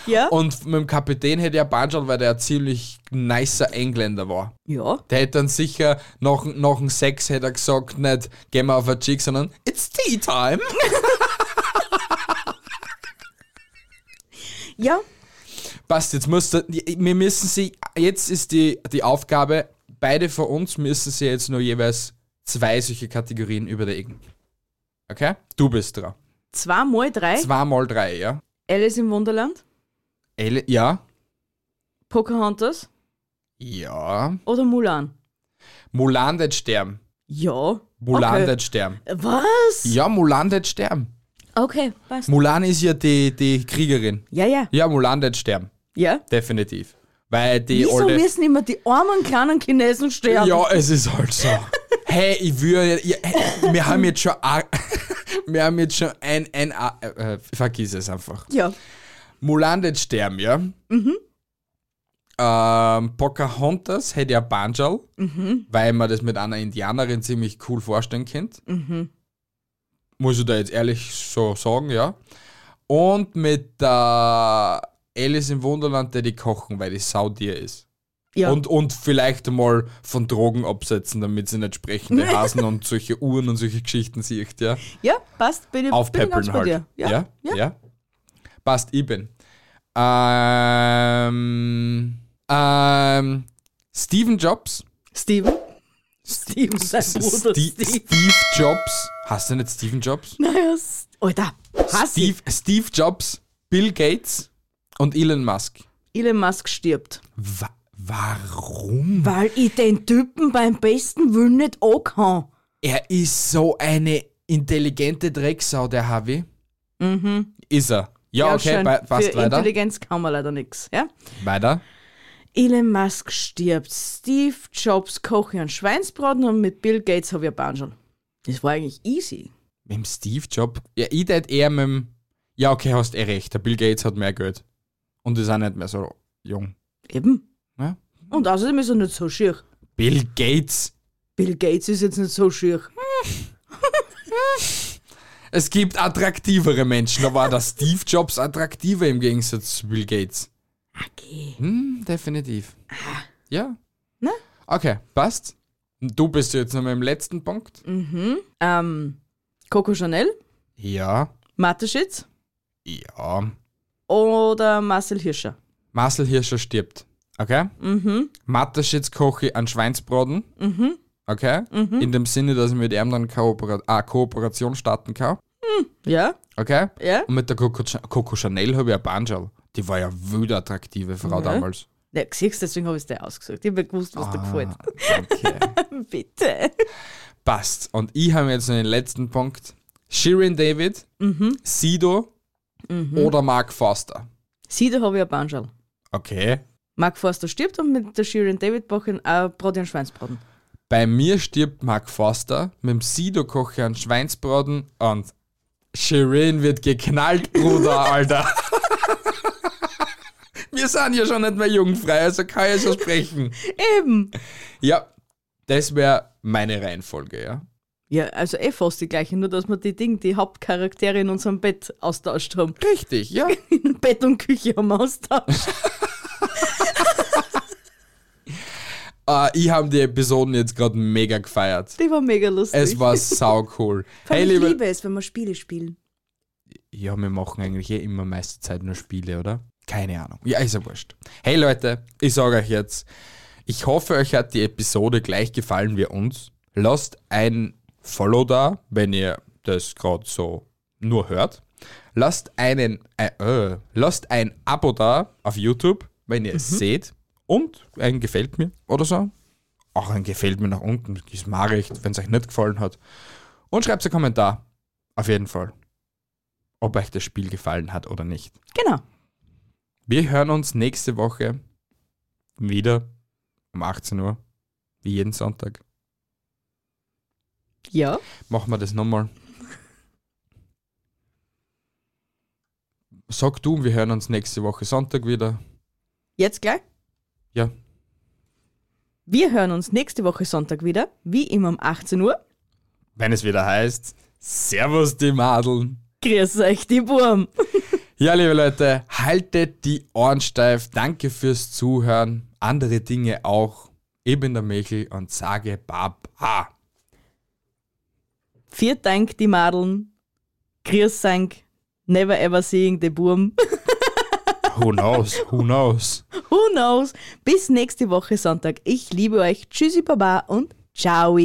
[SPEAKER 2] Ja,
[SPEAKER 1] Und mit dem Kapitän hätte ich einen Banschal, weil der ein ziemlich nicer Engländer war.
[SPEAKER 2] ja.
[SPEAKER 1] Der hätte dann sicher nach, nach dem Sex hätte er gesagt, nicht gehen wir auf ein Chick, sondern it's tea time.
[SPEAKER 2] Ja,
[SPEAKER 1] Passt, jetzt muss der, wir müssen sie, jetzt ist die, die Aufgabe, beide von uns müssen sie jetzt nur jeweils zwei solche Kategorien überlegen. Okay? Du bist dran.
[SPEAKER 2] zwei mal drei.
[SPEAKER 1] Zwei mal drei, ja?
[SPEAKER 2] Alice im Wunderland,
[SPEAKER 1] Ele ja?
[SPEAKER 2] Pocahontas
[SPEAKER 1] Ja.
[SPEAKER 2] oder Mulan?
[SPEAKER 1] Mulan wird sterben.
[SPEAKER 2] Ja.
[SPEAKER 1] Mulan
[SPEAKER 2] okay.
[SPEAKER 1] wird sterben.
[SPEAKER 2] Was?
[SPEAKER 1] Ja, Mulan wird sterben.
[SPEAKER 2] Okay, passt.
[SPEAKER 1] Mulan ist ja die, die Kriegerin.
[SPEAKER 2] Ja, ja,
[SPEAKER 1] Ja, Mulan wird sterben.
[SPEAKER 2] ja.
[SPEAKER 1] Definitiv. Weil die
[SPEAKER 2] Wieso
[SPEAKER 1] alte-
[SPEAKER 2] müssen immer die armen kleinen Chinesen sterben?
[SPEAKER 1] Ja, es ist halt so. Hey, ich würde. ja, Hey, wir haben jetzt schon. a- Wir haben jetzt schon ein. ein a- äh, vergiss es einfach.
[SPEAKER 2] ja.
[SPEAKER 1] Mulan wird sterben, ja? Ähm, Pocahontas hätte ja Banjal, weil man das mit einer Indianerin ziemlich cool vorstellen könnte. Muss ich da jetzt ehrlich so sagen, ja? Und mit der Alice im Wunderland, der die kochen, weil die Sau dir ist.
[SPEAKER 2] ja.
[SPEAKER 1] Und, und vielleicht mal von Drogen absetzen, damit sie nicht sprechende Hasen und solche Uhren und solche Geschichten sieht, ja.
[SPEAKER 2] Ja, passt. Bin ich, bin ganz
[SPEAKER 1] Aufpäppeln
[SPEAKER 2] bei
[SPEAKER 1] halt.
[SPEAKER 2] dir.
[SPEAKER 1] Ja,
[SPEAKER 2] Ja, ja.
[SPEAKER 1] Passt, ich bin. Ähm, ähm, Steven Jobs.
[SPEAKER 2] Steven. Steven, sein Bruder
[SPEAKER 1] Ste-
[SPEAKER 2] Steve.
[SPEAKER 1] Steve Jobs. Hast du nicht Steven Jobs?
[SPEAKER 2] Naja, S- Alter. Hass ich.
[SPEAKER 1] Steve, Steve Jobs, Bill Gates und Elon Musk.
[SPEAKER 2] Elon Musk stirbt.
[SPEAKER 1] Wa warum?
[SPEAKER 2] Weil ich den Typen beim besten Willen nicht angehauen.
[SPEAKER 1] Er ist so eine intelligente Drecksau, der Harvey. Mhm. Ist er. Ja, okay,
[SPEAKER 2] schön.
[SPEAKER 1] pa- passt
[SPEAKER 2] Für
[SPEAKER 1] weiter.
[SPEAKER 2] Intelligenz kann man leider nichts. Ja?
[SPEAKER 1] Weiter.
[SPEAKER 2] Elon Musk stirbt. Steve Jobs koche ich einen Schweinsbraten und mit Bill Gates habe ich ein Banschel. Das war eigentlich easy.
[SPEAKER 1] Mit dem Steve Jobs? Ja, ich tät eher mit dem. Ja, okay, hast eh recht. Der Bill Gates hat mehr Geld. Und ist auch nicht mehr so jung.
[SPEAKER 2] Eben.
[SPEAKER 1] Ja?
[SPEAKER 2] Und außerdem ist er nicht so schier.
[SPEAKER 1] Bill Gates?
[SPEAKER 2] Bill Gates ist jetzt nicht so schier.
[SPEAKER 1] Es gibt attraktivere Menschen. Da war der Steve Jobs attraktiver im Gegensatz zu Bill Gates.
[SPEAKER 2] Okay.
[SPEAKER 1] Hm, definitiv. Ja.
[SPEAKER 2] Na?
[SPEAKER 1] Okay, passt. Du bist jetzt noch mit dem letzten Punkt.
[SPEAKER 2] Ähm, Coco Chanel,
[SPEAKER 1] Ja.
[SPEAKER 2] Mateschitz
[SPEAKER 1] Ja.
[SPEAKER 2] oder Marcel Hirscher.
[SPEAKER 1] Marcel Hirscher stirbt. Okay?
[SPEAKER 2] Mhm.
[SPEAKER 1] Mateschitz koche ich einen Schweinsbraten. Okay?
[SPEAKER 2] Mhm.
[SPEAKER 1] In dem Sinne, dass ich mit ihm dann Koopera ah, Kooperation starten kann.
[SPEAKER 2] Ja,
[SPEAKER 1] Okay?
[SPEAKER 2] ja.
[SPEAKER 1] Und mit der Coco, Cha- Coco Chanel habe ich eine Banjal. Die war ja wild attraktive Frau damals.
[SPEAKER 2] Ja, siehst du, deswegen habe ich es dir ausgesucht. Ich habe gewusst, was dir
[SPEAKER 1] Ah.
[SPEAKER 2] gefällt.
[SPEAKER 1] Okay.
[SPEAKER 2] Bitte.
[SPEAKER 1] Passt. Und ich habe jetzt noch den letzten Punkt. Shirin David,
[SPEAKER 2] Mhm.
[SPEAKER 1] Sido oder Mark Foster.
[SPEAKER 2] Sie, da habe ich ein Banschal.
[SPEAKER 1] Okay.
[SPEAKER 2] Mark Forster stirbt und mit der Sharon David Bochen äh, Brot und Schweinsbraten.
[SPEAKER 1] Bei mir stirbt Mark Foster, mit dem Sido koche ich einen Schweinsbraten und Shirin wird geknallt, Bruder, Alter. Wir sind ja schon nicht mehr jugendfrei, also kann ich so sprechen.
[SPEAKER 2] Eben.
[SPEAKER 1] Ja, das wäre meine Reihenfolge, ja.
[SPEAKER 2] Ja, also eh fast die gleiche, nur dass wir die Dinge, die Hauptcharaktere in unserem Bett austauscht haben.
[SPEAKER 1] Richtig, ja.
[SPEAKER 2] In Bett und Küche haben wir austauscht.
[SPEAKER 1] Äh, ich habe die Episoden jetzt gerade mega gefeiert.
[SPEAKER 2] Die war mega lustig.
[SPEAKER 1] Es war sau cool.
[SPEAKER 2] Vor
[SPEAKER 1] Hey,
[SPEAKER 2] allem ich
[SPEAKER 1] liebe.
[SPEAKER 2] liebe es, wenn wir Spiele spielen.
[SPEAKER 1] Ja, wir machen eigentlich eh immer meiste Zeit nur Spiele, oder? Keine Ahnung. Ja, ist ja wurscht. Hey Leute, ich sage euch jetzt, ich hoffe, euch hat die Episode gleich gefallen wie uns. Lasst ein Follow da, wenn ihr das gerade so nur hört. Lasst einen äh, äh, lasst ein Abo da auf YouTube, wenn ihr es seht. Und ein gefällt mir oder so. Auch ein gefällt mir nach unten. Das mag ich, wenn es euch nicht gefallen hat. Und schreibt einen Kommentar. Auf jeden Fall. Ob euch das Spiel gefallen hat oder nicht.
[SPEAKER 2] Genau.
[SPEAKER 1] Wir hören uns nächste Woche wieder um 18 Uhr. Wie jeden Sonntag.
[SPEAKER 2] Ja.
[SPEAKER 1] Machen wir das nochmal. Sag du, wir hören uns nächste Woche Sonntag wieder.
[SPEAKER 2] Jetzt gleich?
[SPEAKER 1] Ja.
[SPEAKER 2] Wir hören uns nächste Woche Sonntag wieder, wie immer um 18 Uhr.
[SPEAKER 1] Wenn es wieder heißt, Servus die Madeln.
[SPEAKER 2] Grüß euch, die Burm.
[SPEAKER 1] Ja, liebe Leute, haltet die Ohren steif. Danke fürs Zuhören. Andere Dinge auch. Ich bin der Michel und sage Baba.
[SPEAKER 2] Vier Dank, die Madeln. Grüß euch. Never ever seeing the Burm.
[SPEAKER 1] Who knows? Who knows?
[SPEAKER 2] Who knows? Bis nächste Woche Sonntag. Ich liebe euch. Tschüssi, Baba und ciao.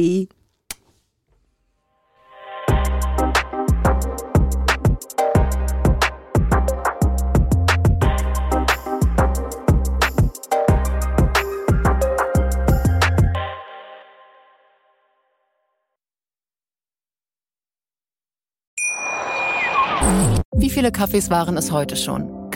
[SPEAKER 3] Wie viele Kaffees waren es heute schon?